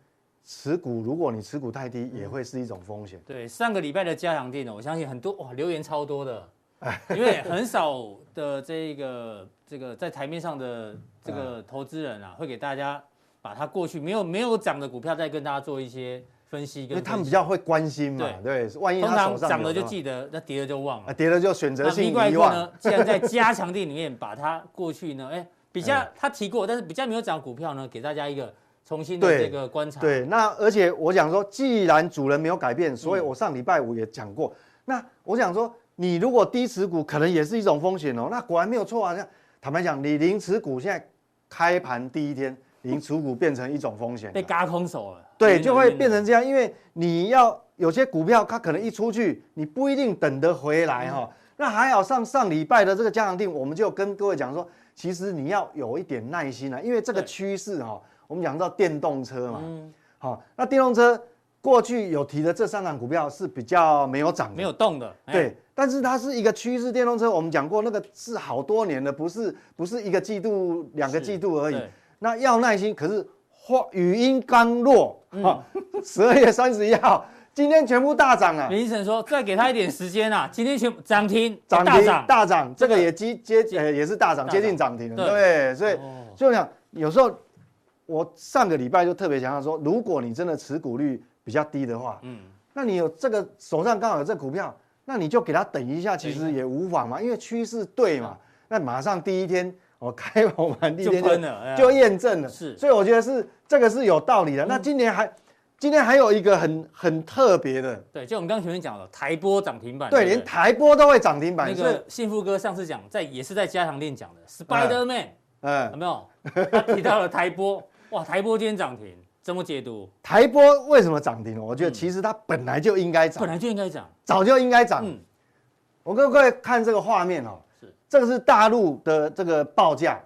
Speaker 4: 持股如果你持股太低，也会是一种风险。
Speaker 2: 对，上个礼拜的加强定呢，我相信很多哇留言超多的，
Speaker 4: 哎
Speaker 2: 因为很少的这个这个在台面上的这个投资人啊，会给大家把他过去没有没有涨的股票再跟大家做一些分析
Speaker 4: 因
Speaker 2: 跟
Speaker 4: 为
Speaker 2: 分析，
Speaker 4: 他们比较会关心嘛，对，万一
Speaker 2: 通
Speaker 4: 他手
Speaker 2: 常
Speaker 4: 上
Speaker 2: 涨
Speaker 4: 有
Speaker 2: 了就
Speaker 4: 嘛
Speaker 2: 记得，那跌了就忘
Speaker 4: 啊，
Speaker 2: 了。
Speaker 4: 跌了就选择
Speaker 2: 那
Speaker 4: 性
Speaker 2: 另外一
Speaker 4: 遗
Speaker 2: 个
Speaker 4: 忘
Speaker 2: 呢，，既然在加强定里面把它过去呢，哎，比较他提过，但是比较没有涨的股票呢，给大家一个重新的
Speaker 4: 对
Speaker 2: 这个观察。嗯
Speaker 4: 对，那而且我想说，既然主人没有改变，所以我上礼拜五也讲过。那我想说，你如果低持股，可能也是一种风险哦。那果然没有错啊。那坦白讲，你零持股现在开盘第一天，零持股变成一种风险了啊
Speaker 2: 被，嘎空手了。
Speaker 4: 对，
Speaker 2: 晕了
Speaker 4: 就会
Speaker 2: 晕了
Speaker 4: 变成这样。因为你要有些股票，它可能一出去，你不一定等得回来哈、那还好，上上礼拜的这个加强定，我们就跟各位讲说，其实你要有一点耐心啊，因为这个
Speaker 2: 对
Speaker 4: 趋势哈，我们讲到电动车嘛，好、那电动车过去有提的这三档股票是比较没有涨的，
Speaker 2: 没有动的。哎
Speaker 4: 对，但是它是一个趋势电动车，我们讲过那个是好多年的，不是不是一个季度、两个季度而已
Speaker 2: 对。
Speaker 4: 那要耐心，可是话语音刚落，
Speaker 2: 嗯
Speaker 4: 哈、十二、月三十一号，今天全部大涨啊，
Speaker 2: 林医生说，再给他一点时间
Speaker 4: (laughs)
Speaker 2: 啊，今天全部涨停，哎
Speaker 4: 涨
Speaker 2: 大
Speaker 4: 停
Speaker 2: 涨，
Speaker 4: 大涨，这个
Speaker 2: 这个
Speaker 4: 也接接呃也是大涨，
Speaker 2: 大涨
Speaker 4: 接近涨停了，
Speaker 2: 对
Speaker 4: 对，所以
Speaker 2: 哦
Speaker 4: 所以我想有时候我上个礼拜就特别强调说，如果你真的持股率比较低的话，
Speaker 2: 嗯，
Speaker 4: 那你有这个手上刚好有这股票，那你就给它等一下，其
Speaker 2: 等嗯
Speaker 4: 实也无妨嘛，因为趋势对嘛。那马上第一天，我、开红盘第一天
Speaker 2: 就喷了哎呀
Speaker 4: 就验证了。
Speaker 2: 是嗯
Speaker 4: 所以我觉得是这个是有道理的。那今年还，今年还有一个很很特别的，
Speaker 2: 对，就我们刚刚前面讲了，台波涨停板，
Speaker 4: 对，
Speaker 2: 不
Speaker 4: 连台波都会涨停板，
Speaker 2: 啊那
Speaker 4: 所以
Speaker 2: 个幸福哥上次讲，在也是在加强练讲的，Spider Man
Speaker 4: 嗯
Speaker 2: 有，没有？他提到了台波，哇，台波今天涨停，怎么解
Speaker 4: (laughs)
Speaker 2: 读？
Speaker 4: 台波为什么涨停？哦我觉得其实它本来就应该涨，
Speaker 2: 嗯本来就应该涨，
Speaker 4: 早就应该涨。
Speaker 2: 嗯
Speaker 4: 我跟各位看这个画面哦，
Speaker 2: 是
Speaker 4: 这个是大陆的这个报价，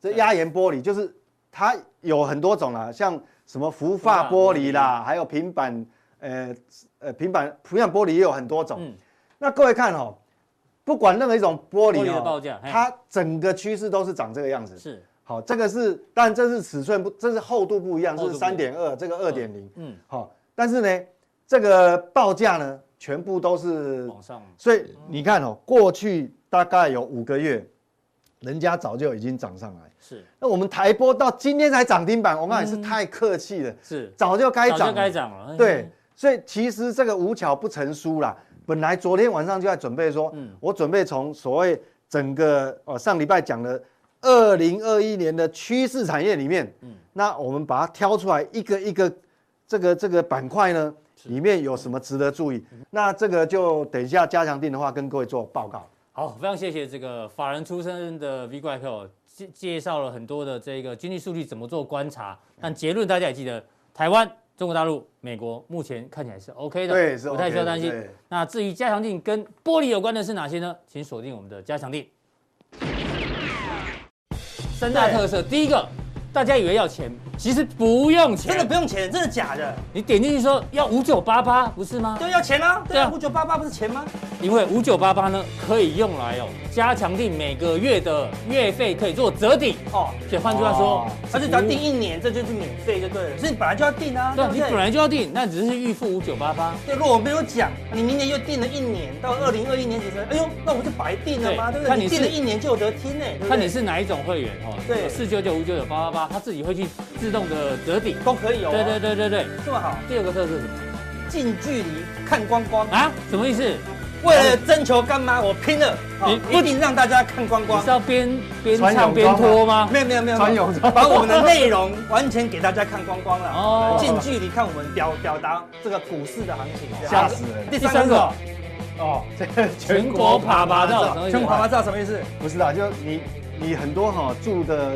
Speaker 4: 这压延玻璃就是它有很多种啦，像什么氟化玻璃啦，还有平板，呃呃平板平板玻璃也有很多种。
Speaker 2: 嗯，
Speaker 4: 那各位看哦，不管任何一种玻璃
Speaker 2: 玻璃的
Speaker 4: 哦，
Speaker 2: 报价嘿哎
Speaker 4: 它整个趋势都是长这个样子。
Speaker 2: 是，
Speaker 4: 好，这个是，但这是尺寸不，这是厚度不一样，
Speaker 2: 厚
Speaker 4: 这
Speaker 2: 度
Speaker 4: 是
Speaker 2: 不一样
Speaker 4: 三点二，这个二点零。
Speaker 2: 嗯，
Speaker 4: 好，但是呢，这个报价呢，全部都是
Speaker 2: 往上，
Speaker 4: 所以你看哦，过去大概有五个月，人家早就已经涨上来。
Speaker 2: 是
Speaker 4: 那我们台波到今天才涨停板，我看也是太客气了，
Speaker 2: 是，
Speaker 4: 早就该
Speaker 2: 嗯早
Speaker 4: 涨，
Speaker 2: 就该。涨了，哎
Speaker 4: 对，，所以其实这个无巧不成书啦。本来昨天晚上就在准备说，
Speaker 2: 嗯
Speaker 4: 我准备从所谓整个呃上礼拜讲的二零二一年的趋势产业里面，
Speaker 2: 嗯
Speaker 4: 那我们把它挑出来一个一个这个这个板块呢，里面有什么值得注意？那这个就等一下加强定的话跟各位做报告。
Speaker 2: 好，非常谢谢这个法人出身的 V 怪客哦介介绍了很多的这个经济数据怎么做观察，但结论大家也记得，台湾、中国大陆、美国目前看起来是 OK 的，
Speaker 4: 对是
Speaker 2: 不太需要
Speaker 4: OK 的
Speaker 2: 担心
Speaker 4: 对。
Speaker 2: 那至于加强定跟玻璃有关的是哪些呢？请锁定我们的加强定。三大特色，第一个，大家以为要钱，其实不用钱，
Speaker 5: 真的不用钱，真的假的？
Speaker 2: 你点进去说要五九八八，不是吗？
Speaker 5: 对，要钱啊！对
Speaker 2: 对啊
Speaker 5: 啊，五九八八不是钱吗？
Speaker 2: 因为五九八八呢可以用来哦加强定每个月的月费可以做折抵，
Speaker 5: 哦，
Speaker 2: 所以换句话说
Speaker 4: 哦，
Speaker 5: 而且只要订一年，这就是免费就对了，所以你本来就要订啊，
Speaker 2: 对
Speaker 5: 对
Speaker 2: 啊，
Speaker 5: 不
Speaker 2: 你
Speaker 5: 对？
Speaker 2: 本来就要定，那只是预付五九八八。
Speaker 5: 对，如果我没有讲，你明年又订了一年，到二零二一年结束，哎呦，那我就白订了吗？
Speaker 2: 哎对
Speaker 5: 对
Speaker 2: 看
Speaker 5: 不对？
Speaker 2: 你是
Speaker 5: 你订了一年就有得听呢，对不对
Speaker 2: 看你是哪一种会员哦，
Speaker 5: 对
Speaker 2: 四九九五九九八八八，它自己会去自动的折抵。
Speaker 5: 都可以
Speaker 4: 啊
Speaker 5: 哦，
Speaker 2: 对对，对对对。
Speaker 5: 这么好，
Speaker 2: 第二个特色是什么
Speaker 5: 近距离看光光，
Speaker 2: 啊？什么意思？
Speaker 5: 为了征求干妈，我拼了，
Speaker 2: 你
Speaker 5: 哦一定让大家看光
Speaker 2: 你
Speaker 5: 光
Speaker 2: 是。要边边
Speaker 4: 穿
Speaker 2: 唱
Speaker 4: 泳
Speaker 2: 边
Speaker 4: 装啊吗
Speaker 2: 脱吗？
Speaker 5: 没有没有没有，
Speaker 4: 穿
Speaker 5: 没有
Speaker 4: 泳装
Speaker 5: 把我们的内容完全给大家看光光了，
Speaker 2: 哦
Speaker 5: 哦，近距离看我们表表达这个股市的行情，这
Speaker 4: 吓
Speaker 5: 样
Speaker 4: 死人了
Speaker 5: 第三个，哎
Speaker 4: 哦，这个
Speaker 2: 全国爬爬照什么意思
Speaker 4: 照
Speaker 5: 全国爬爬照什么意思？
Speaker 4: 不是啊，就你你很多哈、住的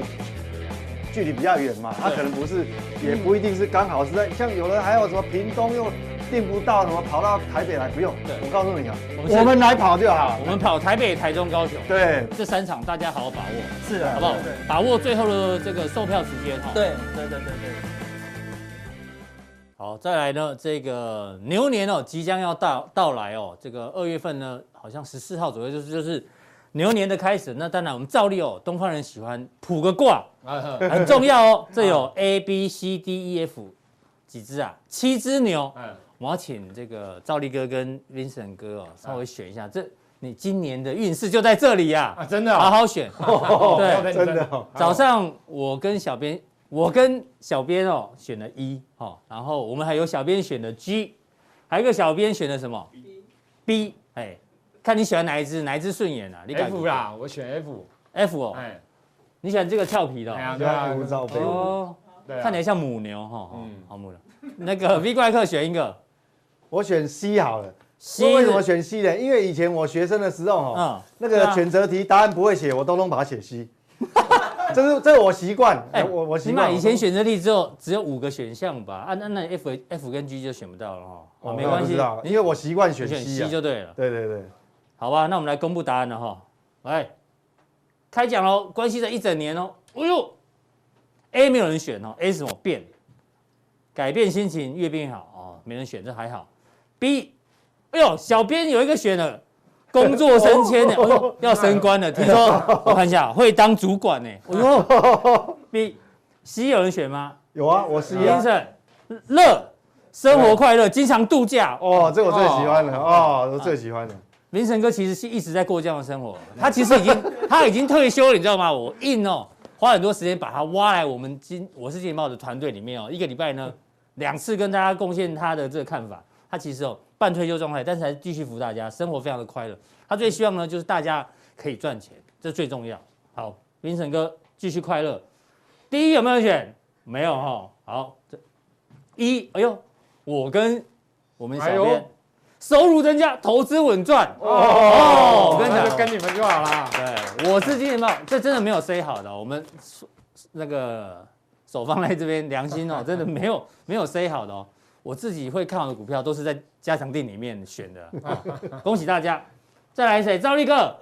Speaker 4: 距离比较远嘛，他可能不是，也不一定是刚好是在，像有人还有什么屏东又订不到，什么跑到台北来，不用
Speaker 2: 对，
Speaker 4: 我告诉你啊
Speaker 2: 我们，是
Speaker 4: 我们来跑就好
Speaker 2: 我。们跑台北、台中、高雄
Speaker 4: 对，
Speaker 2: 这三场，大家好好把握，
Speaker 5: 是啊，
Speaker 2: 好不好
Speaker 5: 对？
Speaker 2: 把握最后的这个售票时间哈。
Speaker 5: 对对对对对，
Speaker 2: 好，再来呢，这个牛年哦，即将要到到来哦，这个二月份呢，好像十四号左右就是就是牛年的开始。那当然，我们照例哦，东方人喜欢卜个卦，
Speaker 3: 啊，
Speaker 2: 很重要哦。这有 A、B、C、D、E、F 几只啊？七只牛。
Speaker 3: 嗯，
Speaker 2: 我要请这个赵力哥跟 Vincent 哥哦，稍微选一下，这你今年的运势就在这里呀、
Speaker 3: 啊，真的
Speaker 2: 好
Speaker 3: 啊，
Speaker 2: 好选。
Speaker 3: (laughs)
Speaker 2: 对，
Speaker 4: 真的哦
Speaker 2: 早上我跟小编，我跟小编哦选了一哦，然后我们还有小编选的 G，还有一个小编选的什么 B，哎，看你喜欢哪一只，哪一只顺眼啊？你感觉
Speaker 3: F 啦，我选 F，
Speaker 2: ，F 哦，
Speaker 3: 哎，
Speaker 2: 你喜欢这个跳皮的
Speaker 3: 哎
Speaker 2: 哦
Speaker 3: 呀，对啊，
Speaker 4: 无罩杯，
Speaker 2: 哦，
Speaker 3: 对啊，
Speaker 2: 看起来像母牛哈，哦
Speaker 3: 嗯
Speaker 2: 好母牛。那个 V 怪客选一个
Speaker 4: 我选 C 好了。
Speaker 2: C，
Speaker 4: 为什么选 C 呢？因为以前我学生的时候哈、
Speaker 2: 嗯
Speaker 4: 那
Speaker 2: 对
Speaker 4: 个
Speaker 2: 啊
Speaker 4: 选择题答案不会写，我都能把它
Speaker 2: (laughs)
Speaker 4: 写 C。这是这是我习惯，
Speaker 2: 哎
Speaker 4: 我我习
Speaker 2: 起码
Speaker 4: 惯。
Speaker 2: 以前选择题只有只有五个选项吧？啊，那那 F F 跟 G 就选不到了哈，
Speaker 4: 我
Speaker 2: 哦，
Speaker 4: 我
Speaker 2: 没关
Speaker 4: 不
Speaker 2: 系
Speaker 4: 知，道因为我习惯选
Speaker 2: 你选
Speaker 4: C 啊
Speaker 2: C。就对了。
Speaker 4: 对对对，
Speaker 2: 好吧，那我们来公布答案了哈。来，开奖喽，关系着一整年哦。哎呦，A 没有人选哦，A 是什么变？改变心情，越变越好哦，没人选，这还好。B，哎呦，小编有一个选了，工作升迁 (laughs) 呢、哎呦，要升官了。听说我看一下，会当主管呢、哎呦，B，C 有人选吗？
Speaker 4: 有啊，我 C
Speaker 2: 先
Speaker 4: 啊。
Speaker 2: 生，乐，生活快乐，经常度假哦。
Speaker 4: 哦，这我最喜欢了哦，我最喜欢了。
Speaker 2: 林晨哥其实是一直在过这样的生活，他其实已经他已经退休了，你知道吗？我硬哦，花很多时间把他挖来我们今我是金报的团队里面哦，一个礼拜呢两次跟大家贡献他的这个看法。他其实哦半退休状态，但是还是继续服大家，生活非常的快乐。他最希望呢就是大家可以赚钱，这最重要。好，林晨哥继续快乐。第一有没有选？没有哈、哦。好，这一，哎呦，我跟我们小
Speaker 3: 哎呦
Speaker 2: 编、收入增加，投资稳赚。
Speaker 3: 哦，
Speaker 2: 我跟你讲
Speaker 3: 那就跟你们就好啦。
Speaker 2: 对，我是今年报，这真的没有 say 好的哦，我们手那个手放在这边，良心哦，真的没有没有 say 好的哦。我自己会看好的股票都是在加强店里面选
Speaker 3: (laughs)
Speaker 2: 的，哦恭喜大家！再来谁？赵力哥，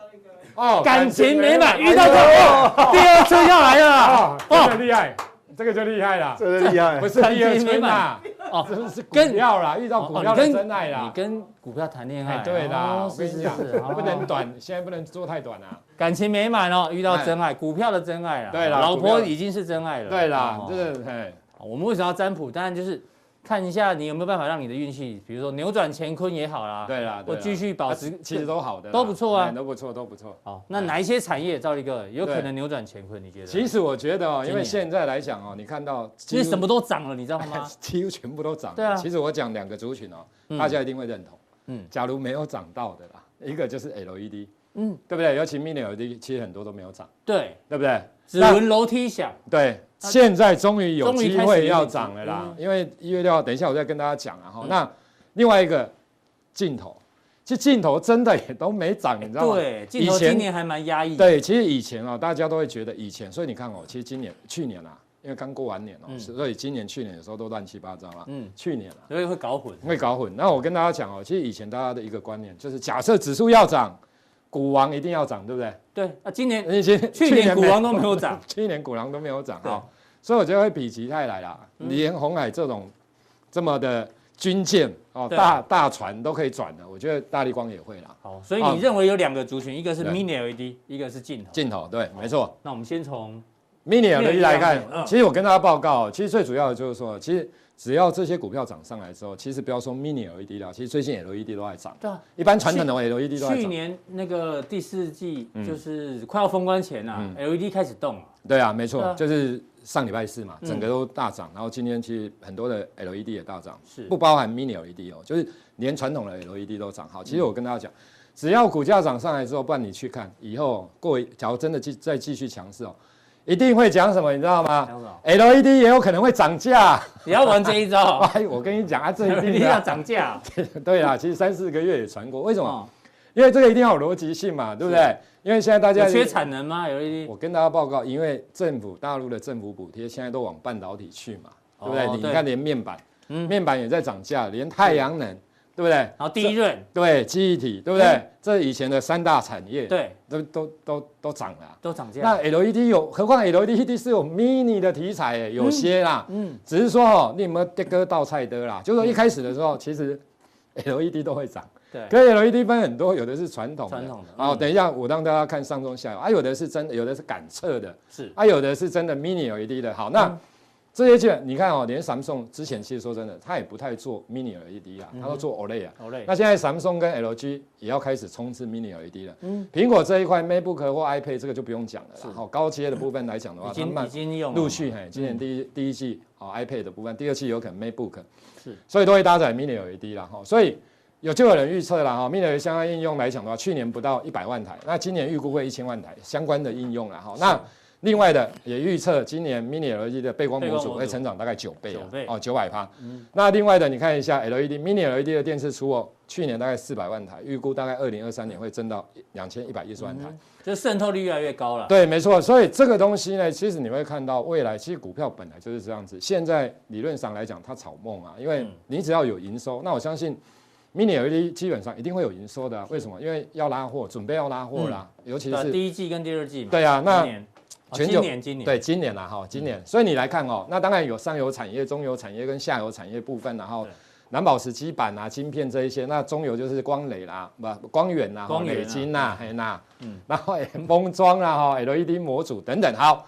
Speaker 3: 哦，
Speaker 2: 感情美满，遇到
Speaker 3: 哎
Speaker 2: 这
Speaker 3: (laughs)
Speaker 2: 第二次要来了
Speaker 3: 哦
Speaker 2: 啊，
Speaker 3: 这个
Speaker 2: 哦
Speaker 3: 厉害，这个就厉害啦，
Speaker 4: 这个厉害
Speaker 3: 不，是第二春啦，
Speaker 2: 哦
Speaker 3: 这是股
Speaker 2: 跟
Speaker 3: 票啦，遇到股票
Speaker 2: 哦
Speaker 3: 的
Speaker 2: 你
Speaker 3: 真爱
Speaker 2: 跟你
Speaker 3: 啦。
Speaker 2: 跟股票谈恋爱
Speaker 3: 哎，
Speaker 2: 啊，
Speaker 3: 对啦，
Speaker 2: 哦
Speaker 3: 我跟你讲，不能短，现在不能做太短啊啦。
Speaker 2: 感情美满哦，遇到真爱，股票的真爱了，
Speaker 3: 哎对啦
Speaker 2: 老
Speaker 3: 股
Speaker 2: 婆
Speaker 3: 票
Speaker 2: 已经是真爱了，
Speaker 3: 对啦
Speaker 2: 哦，
Speaker 3: 这个哎，
Speaker 2: 我们为什么要占卜？当然就是看一下你有没有办法让你的运气，比如说扭转乾坤也好啦。
Speaker 3: 对啦，
Speaker 2: 我
Speaker 3: 对啦
Speaker 2: 继续保持。
Speaker 3: 其实都好的啦，
Speaker 2: 都不错啊
Speaker 3: 哎都不错，都不错。
Speaker 2: 好，那哪一些产业，赵力哥有可
Speaker 3: 对
Speaker 2: 能扭转乾坤？你觉得？
Speaker 3: 其实我觉得哦，因
Speaker 2: 今
Speaker 3: 为
Speaker 2: 年
Speaker 3: 现在来讲哦，你看到
Speaker 2: 其
Speaker 3: 其
Speaker 2: 实什么都涨了，你知道吗？
Speaker 3: (laughs) 几乎全部都涨了。
Speaker 2: 对啊
Speaker 3: 其实我讲两个族群哦
Speaker 2: 嗯，
Speaker 3: 大家一定会认同。
Speaker 2: 嗯
Speaker 3: 嗯，假如没有涨到的啦，一个就是 LED，
Speaker 2: 嗯
Speaker 3: 嗯，对不对？尤其 Mini LED，其实很多都没有涨，
Speaker 2: 对，
Speaker 3: 对不对？
Speaker 2: 只闻楼梯响。
Speaker 3: 对，
Speaker 2: 那
Speaker 3: 现在终于有
Speaker 2: 终于
Speaker 3: 机
Speaker 2: 开始有
Speaker 3: 会
Speaker 2: 点
Speaker 3: 要
Speaker 2: 机
Speaker 3: 涨了啦
Speaker 2: 嗯，
Speaker 3: 因为一月六号，等一下我再跟大家讲啊。哈
Speaker 2: 嗯，
Speaker 3: 那另外一个镜头，其实镜头真的也都没涨，你知道吗？
Speaker 2: 对，镜头
Speaker 3: 以前
Speaker 2: 今年还蛮压抑。，
Speaker 3: 对，其实以前啊、大家都会觉得以前，所以你看哦，其实今年、去年啊，因为刚过完年哦，
Speaker 2: 嗯
Speaker 3: 所以今年、去年有时候都乱七八糟啊。
Speaker 2: 嗯
Speaker 3: 嗯，去年啊
Speaker 2: 所以会搞混。
Speaker 3: 会搞混。那我跟大家讲哦，其实以前大家的一个观念就是，假设指数要涨，股王一定要涨，对不对？
Speaker 2: 对，那今年
Speaker 3: 以前
Speaker 2: 去年股
Speaker 3: 呃没。
Speaker 2: 王都没有涨 (laughs)
Speaker 3: (laughs) 去年股狼都没有涨
Speaker 2: 对嗯
Speaker 3: 啊，所以我觉得会否极泰来啦。连红海这种这么的军舰哦，
Speaker 2: 对
Speaker 3: 大大船都可以转的，我觉得大力光也会啦。
Speaker 2: 好，所以
Speaker 3: 哦
Speaker 2: 你认为有两个族群，一个是
Speaker 3: 对
Speaker 2: mini LED，一个是镜头。
Speaker 3: 镜头对，没错。
Speaker 2: 那我们先从
Speaker 3: mini LED 来
Speaker 2: 一样的嗯
Speaker 3: 看，其实我跟大家报告哦，其实最主要的就是说，其实只要这些股票涨上来之后，其实不要说 mini LED 啦，其实最近 LED 都在涨，
Speaker 2: 对啊，
Speaker 3: 一般传统的 LED 都在
Speaker 2: 去
Speaker 3: 涨。
Speaker 2: 年那个第四季
Speaker 3: 嗯
Speaker 2: 就是快要封关前啊，LED 开始动了。
Speaker 3: 对啊，没
Speaker 2: 对
Speaker 3: 错
Speaker 2: 啊，
Speaker 3: 就是上礼拜四嘛，
Speaker 2: 嗯
Speaker 3: 整个都大涨，然后今天其实很多的 LED 也大涨，
Speaker 2: 是
Speaker 3: 不包含 mini LED 哦，就是连传统的 LED 都涨。
Speaker 2: 嗯
Speaker 3: 好，其实我跟大家讲，只要股价涨上来之后，不然你去看以后过一，假如真的继再继续强势哦，一定会讲什么，你知道吗
Speaker 2: 讲什么
Speaker 3: ？LED 也有可能会涨价。 (laughs)
Speaker 2: 你要玩这一招， (laughs)
Speaker 3: 哎，我跟你讲啊，这一啊
Speaker 2: 一定
Speaker 3: 定
Speaker 2: 要
Speaker 3: 的。
Speaker 2: 涨价。
Speaker 3: 对啦，其实三四个月也传过，为什么
Speaker 2: 哦，
Speaker 3: 因为这个一定要有逻辑性嘛，对不对？因为现在大家
Speaker 2: 有缺产能吗？有一
Speaker 3: 我跟大家报告，因为政府大陆的政府补贴现在都往半导体去嘛，对不对？
Speaker 2: 哦
Speaker 3: 你
Speaker 2: 对
Speaker 3: 看连面板，
Speaker 2: 嗯
Speaker 3: 面板也在涨价，连太阳能，对不对？
Speaker 2: 然后第一润，
Speaker 3: 对，记忆体，对不对？
Speaker 2: 嗯
Speaker 3: 这以前的三大产业，，
Speaker 2: 对，
Speaker 3: 都都都都涨了啊、
Speaker 2: 都涨价。
Speaker 3: 那 LED 有，何况 LED 是有 mini 的题材耶，有些啦，
Speaker 2: 嗯，
Speaker 3: 只是说哦，你有没有这个倒菜的啦？就是说一开始的时候，其实 LED 都会涨，
Speaker 2: 对，
Speaker 3: 可是 LED 分很多，有的是传统的，
Speaker 2: 传统的
Speaker 3: 哦，
Speaker 2: 嗯
Speaker 3: 等一下我让大家看上中下游啊，有的是真的，有的是感测的，
Speaker 2: 是
Speaker 3: 啊，有的是真的 mini LED 的。好，那、这些就你看哦，连 Samsung 之前其实说真的，它也不太做 mini LED 啊，它都做 OLED 啊。
Speaker 2: 好嘞，
Speaker 3: 那现在 Samsung 跟 LG 也要开始冲刺 Mini LED 了。
Speaker 2: 嗯
Speaker 3: 苹果这一块 MacBook 或 iPad 这个就不用讲了啦。好，高阶的部分来讲的
Speaker 2: 已
Speaker 3: 话，它
Speaker 2: 经
Speaker 3: 慢
Speaker 2: 已经用了啊嗯
Speaker 3: 陆续嘿，今年第一第一季好 iPad 的部分，第二季有可能 MacBook，
Speaker 2: 是，
Speaker 3: 所以都会搭载 Mini LED 啦。哈，所以有就有人预测啦哈，Mini LED 相关应用来讲的话，去年不到一百万台，那今年预估会一千万台相关的应用啦。哈，那另外的也预测今年 Mini LED 的背光模
Speaker 2: 背光模
Speaker 3: 组
Speaker 2: 组
Speaker 3: 会成长大概九倍啊
Speaker 2: 九倍嗯
Speaker 3: 哦，九百趴。那另外的，你看一下 E LED Mini LED 的电视出哦，去年大概四百万台，预估大概二零二三年会增到两千一百一十万台。
Speaker 2: 就渗透率越来越高了。
Speaker 3: 对，没错。所以这个东西呢，其实你会看到未来，其实股票本来就是这样子。现在理论上来讲，它炒梦啊，因为
Speaker 2: 嗯
Speaker 3: 你只要有营收，那我相信 Mini LED 基本上一定会有营收的啊、为什么？因为要拉货，准备要拉货啦，尤
Speaker 2: 嗯
Speaker 3: 其
Speaker 2: 对，啊
Speaker 3: 是
Speaker 2: 第一季跟第二季嘛。
Speaker 3: 对啊，那
Speaker 2: 今年哦
Speaker 3: 全
Speaker 2: 今
Speaker 3: 球
Speaker 2: 年今年嗯
Speaker 3: 对，今年啦哈，今年，所以你来看哦，那当然有上游产业、中游产业跟下游产业部分，然后
Speaker 2: 对
Speaker 3: 蓝宝石基板啊、晶片这一些，那中游就是光磊啦，不光源啦、
Speaker 2: 光
Speaker 3: 光
Speaker 2: 源啊嗯
Speaker 3: 磊晶啦、嘿啦，然后哎封装啦、哈 LED 模组等等。好，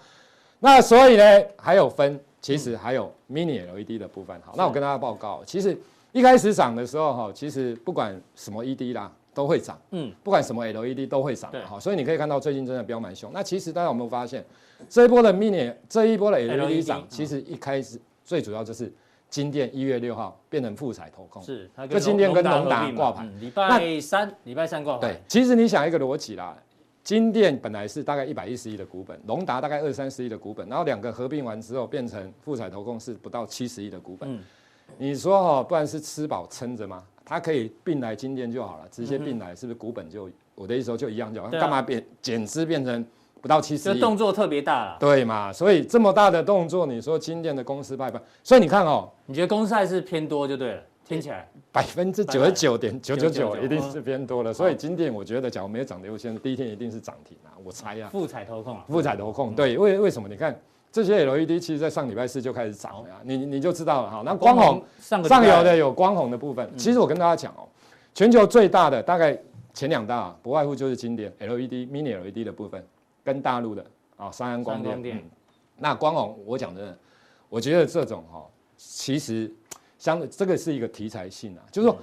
Speaker 3: 那所以呢还有分，其实还有 mini LED 的部分。好，那我跟大家报告，其实一开始涨的时候哈，其实不管什么 ED 啦都会涨，
Speaker 2: 嗯
Speaker 3: 嗯，不管什么 LED 都会涨
Speaker 2: 对，
Speaker 3: 好，所以你可以看到最近真的飙蛮凶。那其实大家有没有发现？这一波的 mini，这一波的
Speaker 2: LED
Speaker 3: LED 涨
Speaker 2: 嗯，
Speaker 3: 其实一开始最主要就是金店一月六号变成富彩投控。
Speaker 2: 是，它
Speaker 3: 就今天跟
Speaker 2: 农
Speaker 3: 农达
Speaker 2: 合并嘛
Speaker 3: 挂牌
Speaker 2: 嗯礼拜三，礼拜三挂牌
Speaker 3: 对，，其实你想一个逻辑啦，金店本来是大概一百一十亿的股本，隆达大概二三十亿的股本，然后两个合并完之后变成富彩投控是不到七十亿的股本。
Speaker 2: 嗯
Speaker 3: 你说哦，不然是吃饱撑着吗？它可以并来金店就好了，直接并来是不是股本就、我的意思说就一样就好，
Speaker 2: 对啊
Speaker 3: 干嘛变减资变成不到七
Speaker 2: 这
Speaker 3: 十亿？
Speaker 2: 动作特别大了。
Speaker 3: 对嘛，所以这么大的动作，你说金店的公司拜拜，所以你看哦，
Speaker 2: 你觉得公司还是偏多就对了，听起来
Speaker 3: 百分之九十九点九九九嗯
Speaker 2: 999
Speaker 3: 一定是偏多了，所以今天我觉得，假如没有涨跌先，第一天一定是涨停啊，我猜啊，
Speaker 2: 富彩投控啊，
Speaker 3: 富彩投控对，为为什么？你看这些 LED 其实在上礼拜四就开始涨了、啊，你你就知道了哈。那光红
Speaker 2: 上个礼拜嗯
Speaker 3: 上游的有光红的部分，其实我跟大家讲哦，全球最大的大概前两大、啊、不外乎就是经典 LED、Mini LED 的部分，跟大陆的啊三安光
Speaker 2: 三
Speaker 3: 电。
Speaker 2: 光电
Speaker 3: 嗯那光红我讲真的，我觉得这种哈、其实相这个是一个题材性啊，就是
Speaker 2: 嗯
Speaker 3: 说。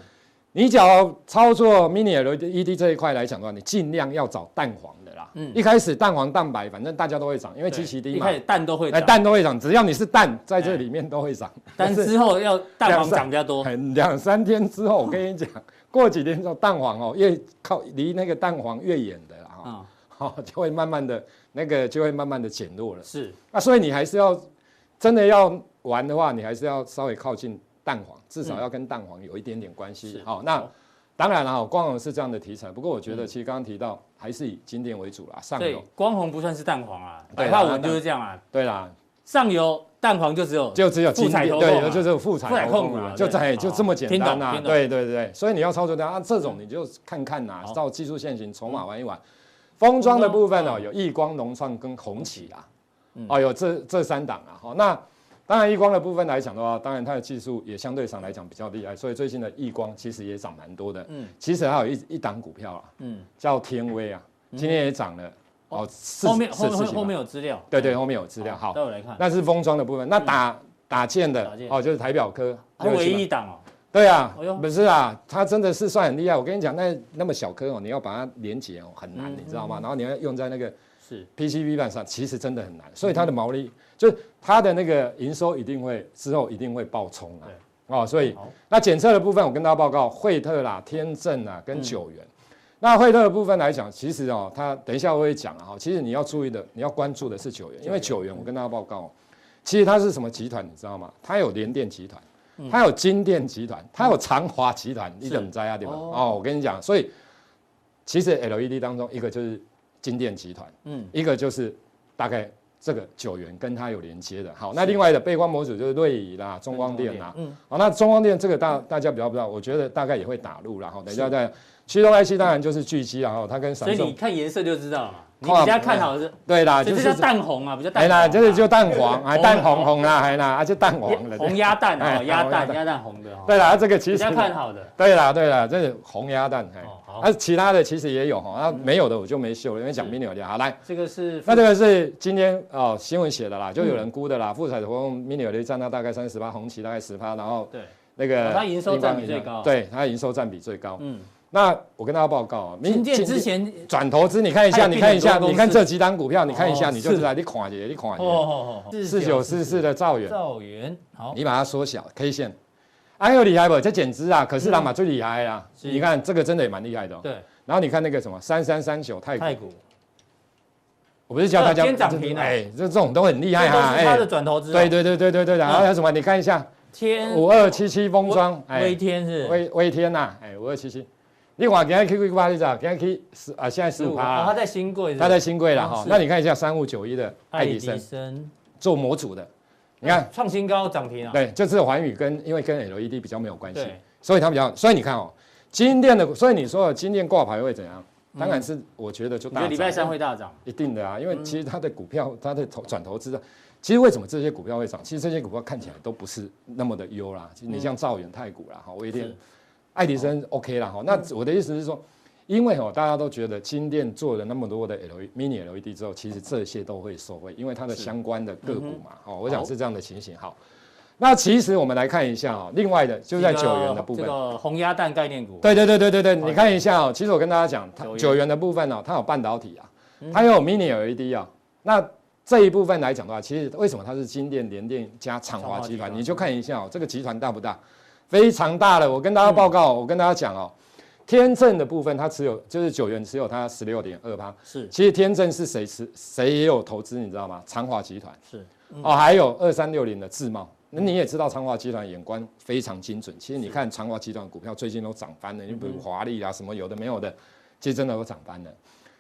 Speaker 3: 你只要操作 mini E LED 这一块来讲的话，你尽量要找蛋黄的啦。
Speaker 2: 嗯
Speaker 3: 一开始蛋黄蛋白，反正大家都会涨，因为
Speaker 2: 对
Speaker 3: 基期低
Speaker 2: 一
Speaker 3: 嘛
Speaker 2: 开，始蛋都会
Speaker 3: 哎，
Speaker 2: 涨，
Speaker 3: 蛋都会涨，只要你是蛋，在这里面都会涨。
Speaker 2: 但之后要蛋黄涨比较多，
Speaker 3: 很哎两三天之后，我跟你讲，过几天之后，蛋黄哦，越靠离那个蛋黄越远的啦，哈
Speaker 2: 啊，
Speaker 3: 好就会慢慢的那个就会慢慢的减弱了。
Speaker 2: 是
Speaker 3: 那所以你还是要真的要玩的话，你还是要稍微靠近蛋黄，至少要跟蛋黄有一点点关系
Speaker 2: 是。
Speaker 3: 好、那当然了，光荣是这样的题材，不过我觉得其实刚刚提到还是以经典为主啦，上
Speaker 2: 对
Speaker 3: 游。，
Speaker 2: 光红不算是蛋黄啊，
Speaker 3: 对
Speaker 2: 白
Speaker 3: 啊
Speaker 2: 话文就是这样啊，
Speaker 3: 对啦，
Speaker 2: 上游蛋黄就只有
Speaker 3: 就只有
Speaker 2: 富
Speaker 3: 经
Speaker 2: 彩
Speaker 3: 典，
Speaker 2: 投控啊
Speaker 3: 对，就是富彩
Speaker 2: 富彩
Speaker 3: 投
Speaker 2: 控股啊
Speaker 3: 就
Speaker 2: 对
Speaker 3: 在就这么简单
Speaker 2: 好
Speaker 3: 呐、
Speaker 2: 听懂嗯
Speaker 3: 对对对，所以你要操作的啊，这种你就看看呐、
Speaker 2: 好
Speaker 3: 照技术线型筹码玩一玩。封装的部分
Speaker 2: 封
Speaker 3: 哦，
Speaker 2: 装
Speaker 3: 有易光、融创跟红旗啊，
Speaker 2: 嗯
Speaker 3: 哦，有这这三档啊。好，那当然易光的部分来讲的话，当然它的技术也相对上来讲比较厉害，所以最近的易光其实也涨蛮多的。
Speaker 2: 嗯
Speaker 3: 嗯，其实还有一一档股票啊，
Speaker 2: 嗯，
Speaker 3: 叫天威啊，今天也涨了哦，四
Speaker 2: 后面后
Speaker 3: 四
Speaker 2: 面
Speaker 3: 四十
Speaker 2: 后面
Speaker 3: 吧
Speaker 2: 有资料，
Speaker 3: 对对，后面有资料好
Speaker 2: 待。会来看，
Speaker 3: 那是封装的部分。那打、打件的
Speaker 2: 嗯打件
Speaker 3: 哦，就是台表科，
Speaker 2: 它唯
Speaker 3: 678
Speaker 2: 一一档哦，
Speaker 3: 对啊
Speaker 2: 哎呦，
Speaker 3: 不是啊，它真的是算很厉害。我跟你讲，那那么小颗哦，你要把它连接哦，很
Speaker 2: 嗯
Speaker 3: 难，你知道吗？然后你要用在那个
Speaker 2: 是
Speaker 3: PCB 板上，其实真的很难。所以它的毛利，就是它的那个营收一定会之后一定会爆冲啊。哦，所以
Speaker 2: 好
Speaker 3: 那检测的部分，我跟大家报告，惠特啦、天正啊跟九元。那惠特的部分来讲，其实哦，它等一下我会讲啊，哦其实你要注意的，你要关注的是九元，因为九元我跟大家报告、哦，其实它是什么集团，你知道吗？它有联电集团，它有金电集团，它有长华集团，你怎么知道啊？对吧？
Speaker 2: 哦
Speaker 3: 哦，我跟你讲，所以其实 LED 当中一个就是金电集团，
Speaker 2: 嗯
Speaker 3: 嗯，一个就是大概这个九元跟它有连接的。好，那另外的背光模组就是瑞仪啦、中光电啦，嗯，好，那中光电这个大大家比较不知道，我觉得大概也会打入然后等一下再驱动 IC 当然就是巨基然后它跟
Speaker 2: 嗯所
Speaker 3: 闪
Speaker 2: 以你
Speaker 3: 送
Speaker 2: 看颜色就知道了嘛。你
Speaker 3: 看
Speaker 2: 比较看好的是，
Speaker 3: 对啦，
Speaker 2: 所
Speaker 3: 就
Speaker 2: 以这
Speaker 3: 是
Speaker 2: 叫蛋红啊，比较蛋
Speaker 3: 哎
Speaker 2: 红啊。
Speaker 3: 啦，这个就蛋
Speaker 2: (laughs)
Speaker 3: 黄，哎，
Speaker 2: 红
Speaker 3: 蛋红红啦，哎啦，啊就蛋黄了。对
Speaker 2: 红鸭蛋
Speaker 3: 哎
Speaker 2: 哦，
Speaker 3: 红
Speaker 2: 鸭
Speaker 3: 鸭
Speaker 2: 蛋
Speaker 3: 蛋
Speaker 2: 鸭蛋红的哦，
Speaker 3: 对啦，这个其
Speaker 2: 比
Speaker 3: 实
Speaker 2: 较看好的。
Speaker 3: 对啦，对啦，这是红鸭蛋，哎
Speaker 2: 哦好，嗯
Speaker 3: 啊，其他的其实也有哈，啊，没有的我就没秀了，因为讲 mini 有点好来。
Speaker 2: 这个是
Speaker 3: 那这个是今天哦新闻写的
Speaker 2: 嗯
Speaker 3: 啦，就有人估的啦，富彩活动 mini 有占到大概三十八，红旗大概十趴，然后
Speaker 2: 对
Speaker 3: 那个
Speaker 2: 哦它营收占比最高
Speaker 3: 对，它营收占比最高。
Speaker 2: 嗯，
Speaker 3: 那我跟大家报告啊，
Speaker 2: 金店之前
Speaker 3: 转投资，你看一
Speaker 2: 它
Speaker 3: 下，
Speaker 2: 有
Speaker 3: 你看一
Speaker 2: 并
Speaker 3: 下，
Speaker 2: 很多
Speaker 3: 你
Speaker 2: 公
Speaker 3: 看
Speaker 2: 司
Speaker 3: 这几档股票，你看一
Speaker 2: 哦
Speaker 3: 下你就知
Speaker 2: 是
Speaker 3: 道，你垮姐，你垮
Speaker 2: 哦
Speaker 3: 姐，
Speaker 2: 哦哦，
Speaker 3: 哎四九四四的哎兆元。
Speaker 2: 兆元好，
Speaker 3: 你把它缩小 K 线，哎呦厉害不？这简直啊！可是朗马最厉害啊！
Speaker 2: 嗯是
Speaker 3: 你看这个真的也蛮厉害的、哦。
Speaker 2: 对
Speaker 3: 然后你看那个什么三三三九太
Speaker 2: 太
Speaker 3: 古，
Speaker 2: 古，
Speaker 3: 我不是教大家
Speaker 2: 呃今天涨停了
Speaker 3: 哎，这这种都很厉害
Speaker 2: 这
Speaker 3: 哈，
Speaker 2: 都是他的
Speaker 3: 哎，
Speaker 2: 转投资哦，
Speaker 3: 对对对对对对。然后还有什么？你看一下
Speaker 2: 天
Speaker 3: 五二七七封装，
Speaker 2: 嗯微
Speaker 3: 哎，
Speaker 2: 天是
Speaker 3: 微微天呐，哎，五二七七。你往给他 Q Q 八你知道？给他 Q 十啊，现在十五
Speaker 2: 哦他
Speaker 3: 趴，
Speaker 2: 在新贵是不
Speaker 3: 他
Speaker 2: 是，
Speaker 3: 在新贵了
Speaker 2: 哦
Speaker 3: 哈。
Speaker 2: 是
Speaker 3: 那你看一下三五九一的爱
Speaker 2: 爱
Speaker 3: 迪
Speaker 2: 迪
Speaker 3: 生
Speaker 2: 生，
Speaker 3: 做模组的，你看
Speaker 2: 创新高涨停啊，
Speaker 3: 对，这次环宇跟因为跟 LED 比较没有关系
Speaker 2: 对，
Speaker 3: 所以它比较，所以你看哦，金店的，所以你说的金店挂牌会怎样？当然是我觉得就
Speaker 2: 嗯你觉
Speaker 3: 大涨
Speaker 2: 得
Speaker 3: 啊
Speaker 2: 礼拜三会大涨？
Speaker 3: 一定的啊，因为其实它的股票，它的投转投资啊，其实为什么这些股票会涨？其实这些股票看起来都不是那么的优啦。其实你像兆元、太古啦，哈，威
Speaker 2: 是
Speaker 3: 电、爱迪生 OK 啦，哈。那我的意思是说，因为哦，大家都觉得金店做了那么多的 L E mini LED 之后，其实这些都会受惠，因为它的相关的个股嘛，哦，我想是这样的情形。好，那其实我们来看一下哦，另外的就在
Speaker 2: 这
Speaker 3: 九
Speaker 2: 个
Speaker 3: 元的部分
Speaker 2: 这，个红鸭蛋概念股，
Speaker 3: 对对对对对对，你看一下哦。其实我跟大家讲，它
Speaker 2: 九元嗯
Speaker 3: 九元的部分哦，它有半导体啊，它又有 mini LED 啊。那这一部分来讲的话，其实为什么它是金电、联电加长
Speaker 2: 长
Speaker 3: 华集
Speaker 2: 华集
Speaker 3: 团？
Speaker 2: 团
Speaker 3: 你就看一下哦，这个集团大不大？非常大的。我跟大家报
Speaker 2: 嗯
Speaker 3: 告，我跟大家讲哦，天正的部分它持有就是九元持有它十六点二趴。
Speaker 2: 是
Speaker 3: 其实天正是谁持谁也有投资，你知道吗？长华集团。
Speaker 2: 是，
Speaker 3: 哦，还有二三六零的智茂。那你也知道，长华集团眼光非常精准。其实你看长华集团股票最近都涨翻了，你比如华丽啊什么有的没有的，其实真的都涨翻了。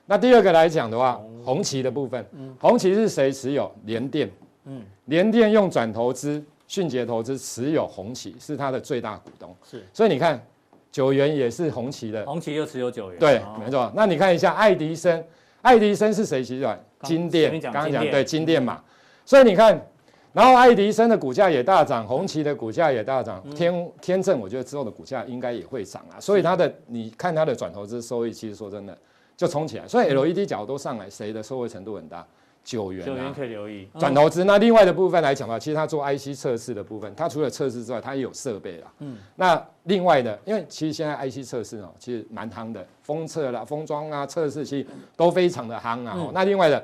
Speaker 3: 那第二个来讲的话，红旗的部分，红旗是谁持有？联电，嗯，联电用转投资，迅捷投资持有红旗，是它的最大股东。
Speaker 2: 是，哦
Speaker 3: 所以你看，九元也是红旗的，
Speaker 2: 红旗就持有九元，
Speaker 3: 对
Speaker 2: 哦，
Speaker 3: 没错。那你看一下爱迪生，爱迪生是谁集团？
Speaker 2: 刚
Speaker 3: 金
Speaker 2: 前面
Speaker 3: 店，
Speaker 2: 讲
Speaker 3: 刚刚
Speaker 2: 金
Speaker 3: 讲
Speaker 2: 店嗯
Speaker 3: 对金店嘛。所以你看，然后爱迪生的股价也大涨，红旗的股价也大涨，
Speaker 2: 嗯
Speaker 3: 天天正我觉得之后的股价应该也会涨啊。所以它的你看它的转投资收益，其实说真的就冲起来。所
Speaker 2: 嗯
Speaker 3: 以 LED 角都上来，谁的收益程度很大？九元
Speaker 2: 九元
Speaker 3: 啊。
Speaker 2: 可以留意，嗯
Speaker 3: 转投资，那另外的部分来讲的话，其实它做 IC 测试的部分，它除了测试之外，它也有设备啦。嗯，那另外的，因为其实现在 IC 测试哦，其实蛮夯的，封测啦、封装啊、测试其实都非常的夯啊。哦那另外的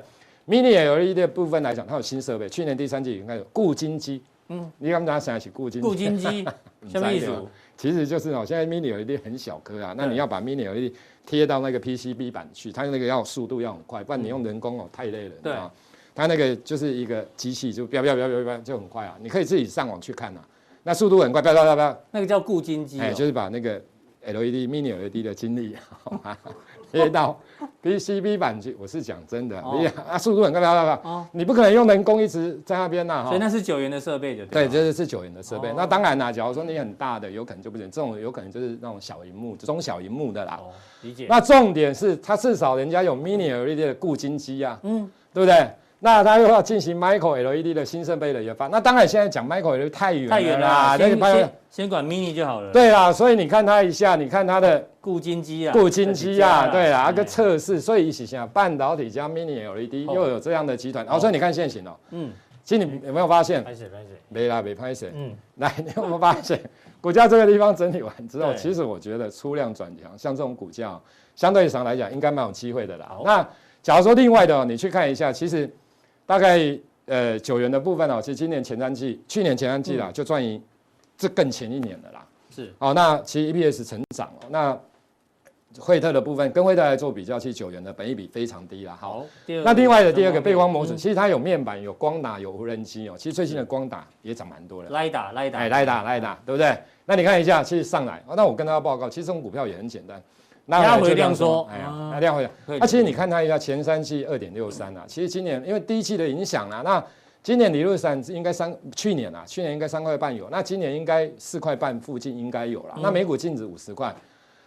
Speaker 3: Mini LED 的部分来讲，它有新设备，去年第三季应该有固金机。嗯，你刚刚想一起固金
Speaker 2: 固金
Speaker 3: (laughs)
Speaker 2: 机下面一
Speaker 3: 你知道
Speaker 2: 组
Speaker 3: 吗，其实就是哦，现在 Mini LED 很小颗啊，那你要把 Mini LED 贴到那个 PCB 板去，它那个要速度要很快，不然你用人工哦太累了。
Speaker 2: 对
Speaker 3: 啊，它那个就是一个机器，就飙飙飙飙飙就很快啊，你可以自己上网去看啊，那速度很快，飙飙飙飙，
Speaker 2: 那个叫固金机哦，
Speaker 3: 哎，就是把那个 LED Mini LED 的精力贴到 PCB 板去。我是讲真的，
Speaker 2: 哦
Speaker 3: 你啊速度很快，飙飙
Speaker 2: 哦
Speaker 3: 飙，你不可能用人工一直在那边呐哈
Speaker 2: 所以。那是九元的设备的，
Speaker 3: 对，
Speaker 2: 吧
Speaker 3: 这是是九元的设备。
Speaker 2: 啊哦
Speaker 3: 那当然啦，假如说你很大的，有可能就不行。这种有可能就是那种小荧幕、中小荧幕的啦。
Speaker 2: 哦，理解，
Speaker 3: 那重点是，它至少人家有 Mini LED 的固金机啊，嗯，对不对？那它又要进行 Micro LED 的新设备的研发。那当然，现在讲 Micro LED 太远
Speaker 2: 太远了
Speaker 3: 啦
Speaker 2: 啊，，
Speaker 3: 那
Speaker 2: 先
Speaker 3: 你拍
Speaker 2: 先先管 mini 就好了，，
Speaker 3: 对啦，所以你看它一下，你看它的
Speaker 2: 固金机啊，
Speaker 3: 固金机啊，对啦，
Speaker 2: 啊
Speaker 3: 啊个测试，所以一起想半导体加 Mini LED
Speaker 2: 哦
Speaker 3: 又有这样的集团，哦，所以你看现行哦，
Speaker 2: 嗯，
Speaker 3: 其实你有没有发现？
Speaker 2: 拍水拍水，
Speaker 3: 没啦，没拍谁。
Speaker 2: 嗯，
Speaker 3: 来， (laughs) 你有没有发现，股价这个地方整理完之后，
Speaker 2: 对
Speaker 3: 其实我觉得出量转强，像这种股价，哦相对上来讲，应该蛮有机会的啦
Speaker 2: 好。
Speaker 3: 那假如说另外的哦，你去看一下，其实大概呃九元的部分哦，其实今年前三季、去年前三季啦，就赚赢这更前一年的啦。
Speaker 2: 嗯是
Speaker 3: 好、那其实 EPS 成长哦，那惠特的部分跟惠特来做比较，其实九元的本益比非常低啦。好，
Speaker 2: 好，第二
Speaker 3: 那另外的第二个背光模
Speaker 2: 嗯
Speaker 3: 组，其实它有面板、有光打、有无人机哦。其实最近的光打也涨蛮多的。
Speaker 2: 拉打拉
Speaker 3: 哎
Speaker 2: 打，
Speaker 3: 哎，来打来打，对不对？那你看一下，其实上来，哦那我跟大家报告，其实这种股票也很简单，那
Speaker 2: 压
Speaker 3: 我
Speaker 2: 回
Speaker 3: 就
Speaker 2: 量缩
Speaker 3: 哎呀
Speaker 2: 啊，
Speaker 3: 那量回
Speaker 2: 可以，
Speaker 3: 那其实你看它一下前三季二点六三啊，其实今年因为第一季的影响啊，那今年理论上应该三，去年啊，去年应该三块半有，那今年应该四块半附近应该有
Speaker 2: 嗯
Speaker 3: 了。那每股净值五十块，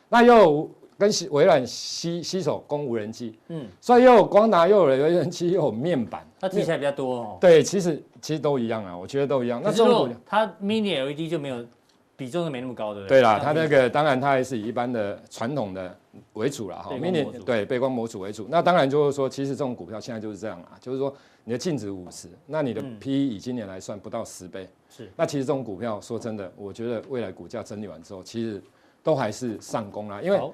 Speaker 3: 那又有跟西微软携携手攻无人机，
Speaker 2: 嗯
Speaker 3: 嗯，所以又有光达，又有无人机，又有面板，
Speaker 2: 它题材比较多哦。
Speaker 3: 对，其实其实都一样啊，我觉得都一样。那
Speaker 2: 可是如
Speaker 3: 中国
Speaker 2: 果它 Mini LED 就没有比重就没那么高，对不对？
Speaker 3: 对啦，它
Speaker 2: 像
Speaker 3: 那个当然它还是以一般的传统的为主了哈
Speaker 2: 背光
Speaker 3: mini
Speaker 2: 模组
Speaker 3: 对背光模组为主。那当然就是说，其实这种股票现在就是这样啊，就是说你的净值五十，那你的 PE 以今年来算不到十倍，
Speaker 2: 嗯是
Speaker 3: 那其实这种股票说真的，我觉得未来股价整理完之后，其实都还是上攻啦，因为
Speaker 2: 好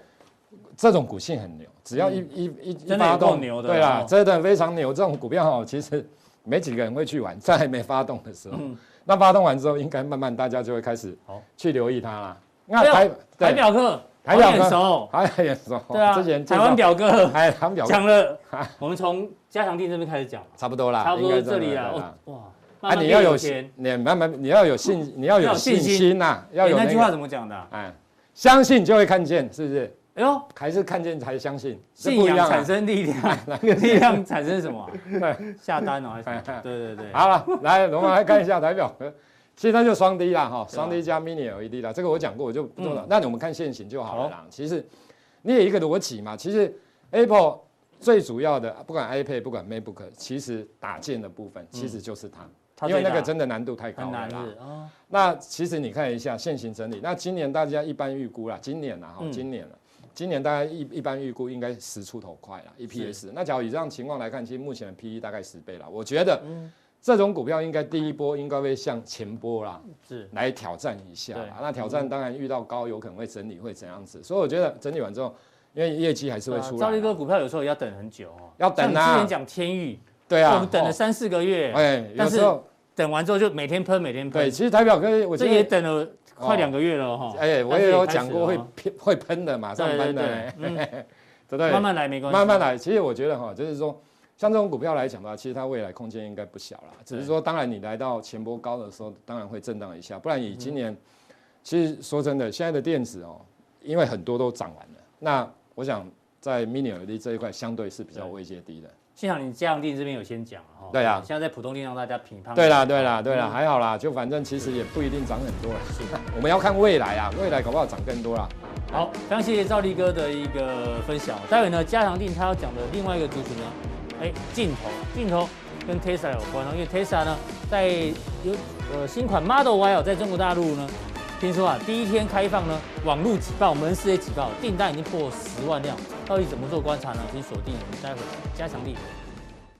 Speaker 3: 这种股性很牛，只要一、一一一
Speaker 2: 嗯真的
Speaker 3: 发
Speaker 2: 也够
Speaker 3: 动
Speaker 2: 牛的
Speaker 3: 对啦
Speaker 2: 哦，
Speaker 3: 真的非常牛。这种股票哦，其实没几个人会去玩，在还没发动的时候。那发动完之后，应该慢慢大家就会开始
Speaker 2: 嗯好
Speaker 3: 去留意它啦。那
Speaker 2: 哎
Speaker 3: 台
Speaker 2: 呦台表哥，
Speaker 3: 台
Speaker 2: 好
Speaker 3: 表
Speaker 2: 眼
Speaker 3: 哥
Speaker 2: 熟，
Speaker 3: 还很熟，
Speaker 2: 对啊
Speaker 3: 之前，介
Speaker 2: 台
Speaker 3: 绍
Speaker 2: 湾表哥
Speaker 3: 哎，台湾表
Speaker 2: 讲了，我们从加强定这边开始讲，
Speaker 3: 差不多啦，
Speaker 2: 差不多
Speaker 3: 应该
Speaker 2: 这里
Speaker 3: 样
Speaker 2: 啊，哦哇，
Speaker 3: 啊，你要有
Speaker 2: 钱哦
Speaker 3: 信，，你慢慢你要有信，你要
Speaker 2: 要
Speaker 3: 有
Speaker 2: 有信
Speaker 3: 信
Speaker 2: 心
Speaker 3: 心呐，要
Speaker 2: 哎
Speaker 3: 有
Speaker 2: 那
Speaker 3: 那
Speaker 2: 句话
Speaker 3: 个
Speaker 2: 怎么讲的啊？
Speaker 3: 哎，相信就会看见，是不是？
Speaker 2: 哎呦，
Speaker 3: 还是看见才相信，这
Speaker 2: 信
Speaker 3: 不一样
Speaker 2: 仰
Speaker 3: 啊
Speaker 2: 产生力
Speaker 3: (laughs)
Speaker 2: 量，力量产生什么啊？下单哦，还是什
Speaker 3: (laughs)
Speaker 2: 么？对对对，
Speaker 3: 好了，来，我们来看一下台表 (laughs) 格。现在就双 D 啦，哈，双 D 加 Mini LED 啦，这个我讲过，我就不多了。
Speaker 2: 嗯
Speaker 3: 那我们看现行就好了啦。其实你有一个逻辑嘛，其实 Apple 最主要的，不管 iPad 不管 MacBook，其实打键的部分其实就是它，
Speaker 2: 嗯它
Speaker 3: 因为
Speaker 2: 最大啊
Speaker 3: 那个真的难度太高
Speaker 2: 很
Speaker 3: 了
Speaker 2: 难
Speaker 3: 啦。
Speaker 2: 是哦，
Speaker 3: 那其实你看一下现行整理，那今年大家一般预估啦，今年啦哈，
Speaker 2: 嗯
Speaker 3: 今年了，今年大概一一般预估应该十出头块啦，EPS。那假如以这样情况来看，其实目前的 PE 大概十倍啦，我觉得
Speaker 2: 嗯
Speaker 3: 这种股票应该第一波应该会向前波啦
Speaker 2: 是
Speaker 3: 来挑战一下
Speaker 2: 对嗯
Speaker 3: 啦。那挑战当然遇到高有可能会整理会怎样子，所以我觉得整理完之后，因为业绩还是会出
Speaker 2: 啊赵
Speaker 3: 来
Speaker 2: 力哥
Speaker 3: 啦。
Speaker 2: 股票有时候也要等很久哦，
Speaker 3: 要等啊
Speaker 2: 像你之前讲天域，
Speaker 3: 对
Speaker 2: 我
Speaker 3: 啊
Speaker 2: 们，等了
Speaker 3: 哦
Speaker 2: 三四个月，
Speaker 3: 哎，
Speaker 2: 但
Speaker 3: 有
Speaker 2: 是
Speaker 3: 时候
Speaker 2: 等完之后就每天喷，每天
Speaker 3: 对，
Speaker 2: 喷，
Speaker 3: 其实台表哥我
Speaker 2: 嗯这
Speaker 3: 觉
Speaker 2: 也
Speaker 3: 得。
Speaker 2: 等了快两个月了哈。
Speaker 3: 哎，我
Speaker 2: 但是
Speaker 3: 也有
Speaker 2: 哦开始
Speaker 3: 讲过会
Speaker 2: 了
Speaker 3: 喷会喷的，马哎上
Speaker 2: 对对
Speaker 3: 喷的
Speaker 2: 对嗯
Speaker 3: 嘞，，对不 (laughs) 对？
Speaker 2: 慢慢来没关系，
Speaker 3: 慢慢来。其实我觉得哈，就是说，像这种股票来讲的话，其实它未来空间应该不小啦。只是说，当然你来到前波高的时候，当然会震荡一下。不然以
Speaker 2: 嗯
Speaker 3: 今年，其实说真的，现在的电子哦，因为很多都涨完了，那我想在 Mini LED 这一块相对是比较
Speaker 2: 对
Speaker 3: 位阶低的。
Speaker 2: 现场你嘉阳定这边有先讲了哈，哦
Speaker 3: 对啊
Speaker 2: 现在在浦东店让大家评判。
Speaker 3: 对啦，对啦，
Speaker 2: 嗯
Speaker 3: 对啦，还好啦，就反正其实也不一定涨很多啦。我们要看未来啊，未来搞不好涨更多啦。
Speaker 2: 好，非常谢谢赵力哥的一个分享。待会呢，加强定他要讲的另外一个族群呢，哎，镜头，镜头跟 Tesla 有关哦，因为 Tesla 呢，在有呃新款 Model Y 哦，在中国大陆呢，听说啊，第一天开放呢，网路挤爆，门市也挤爆，订单已经破十万辆，到底怎么做观察呢？请锁定我们待会的加强力。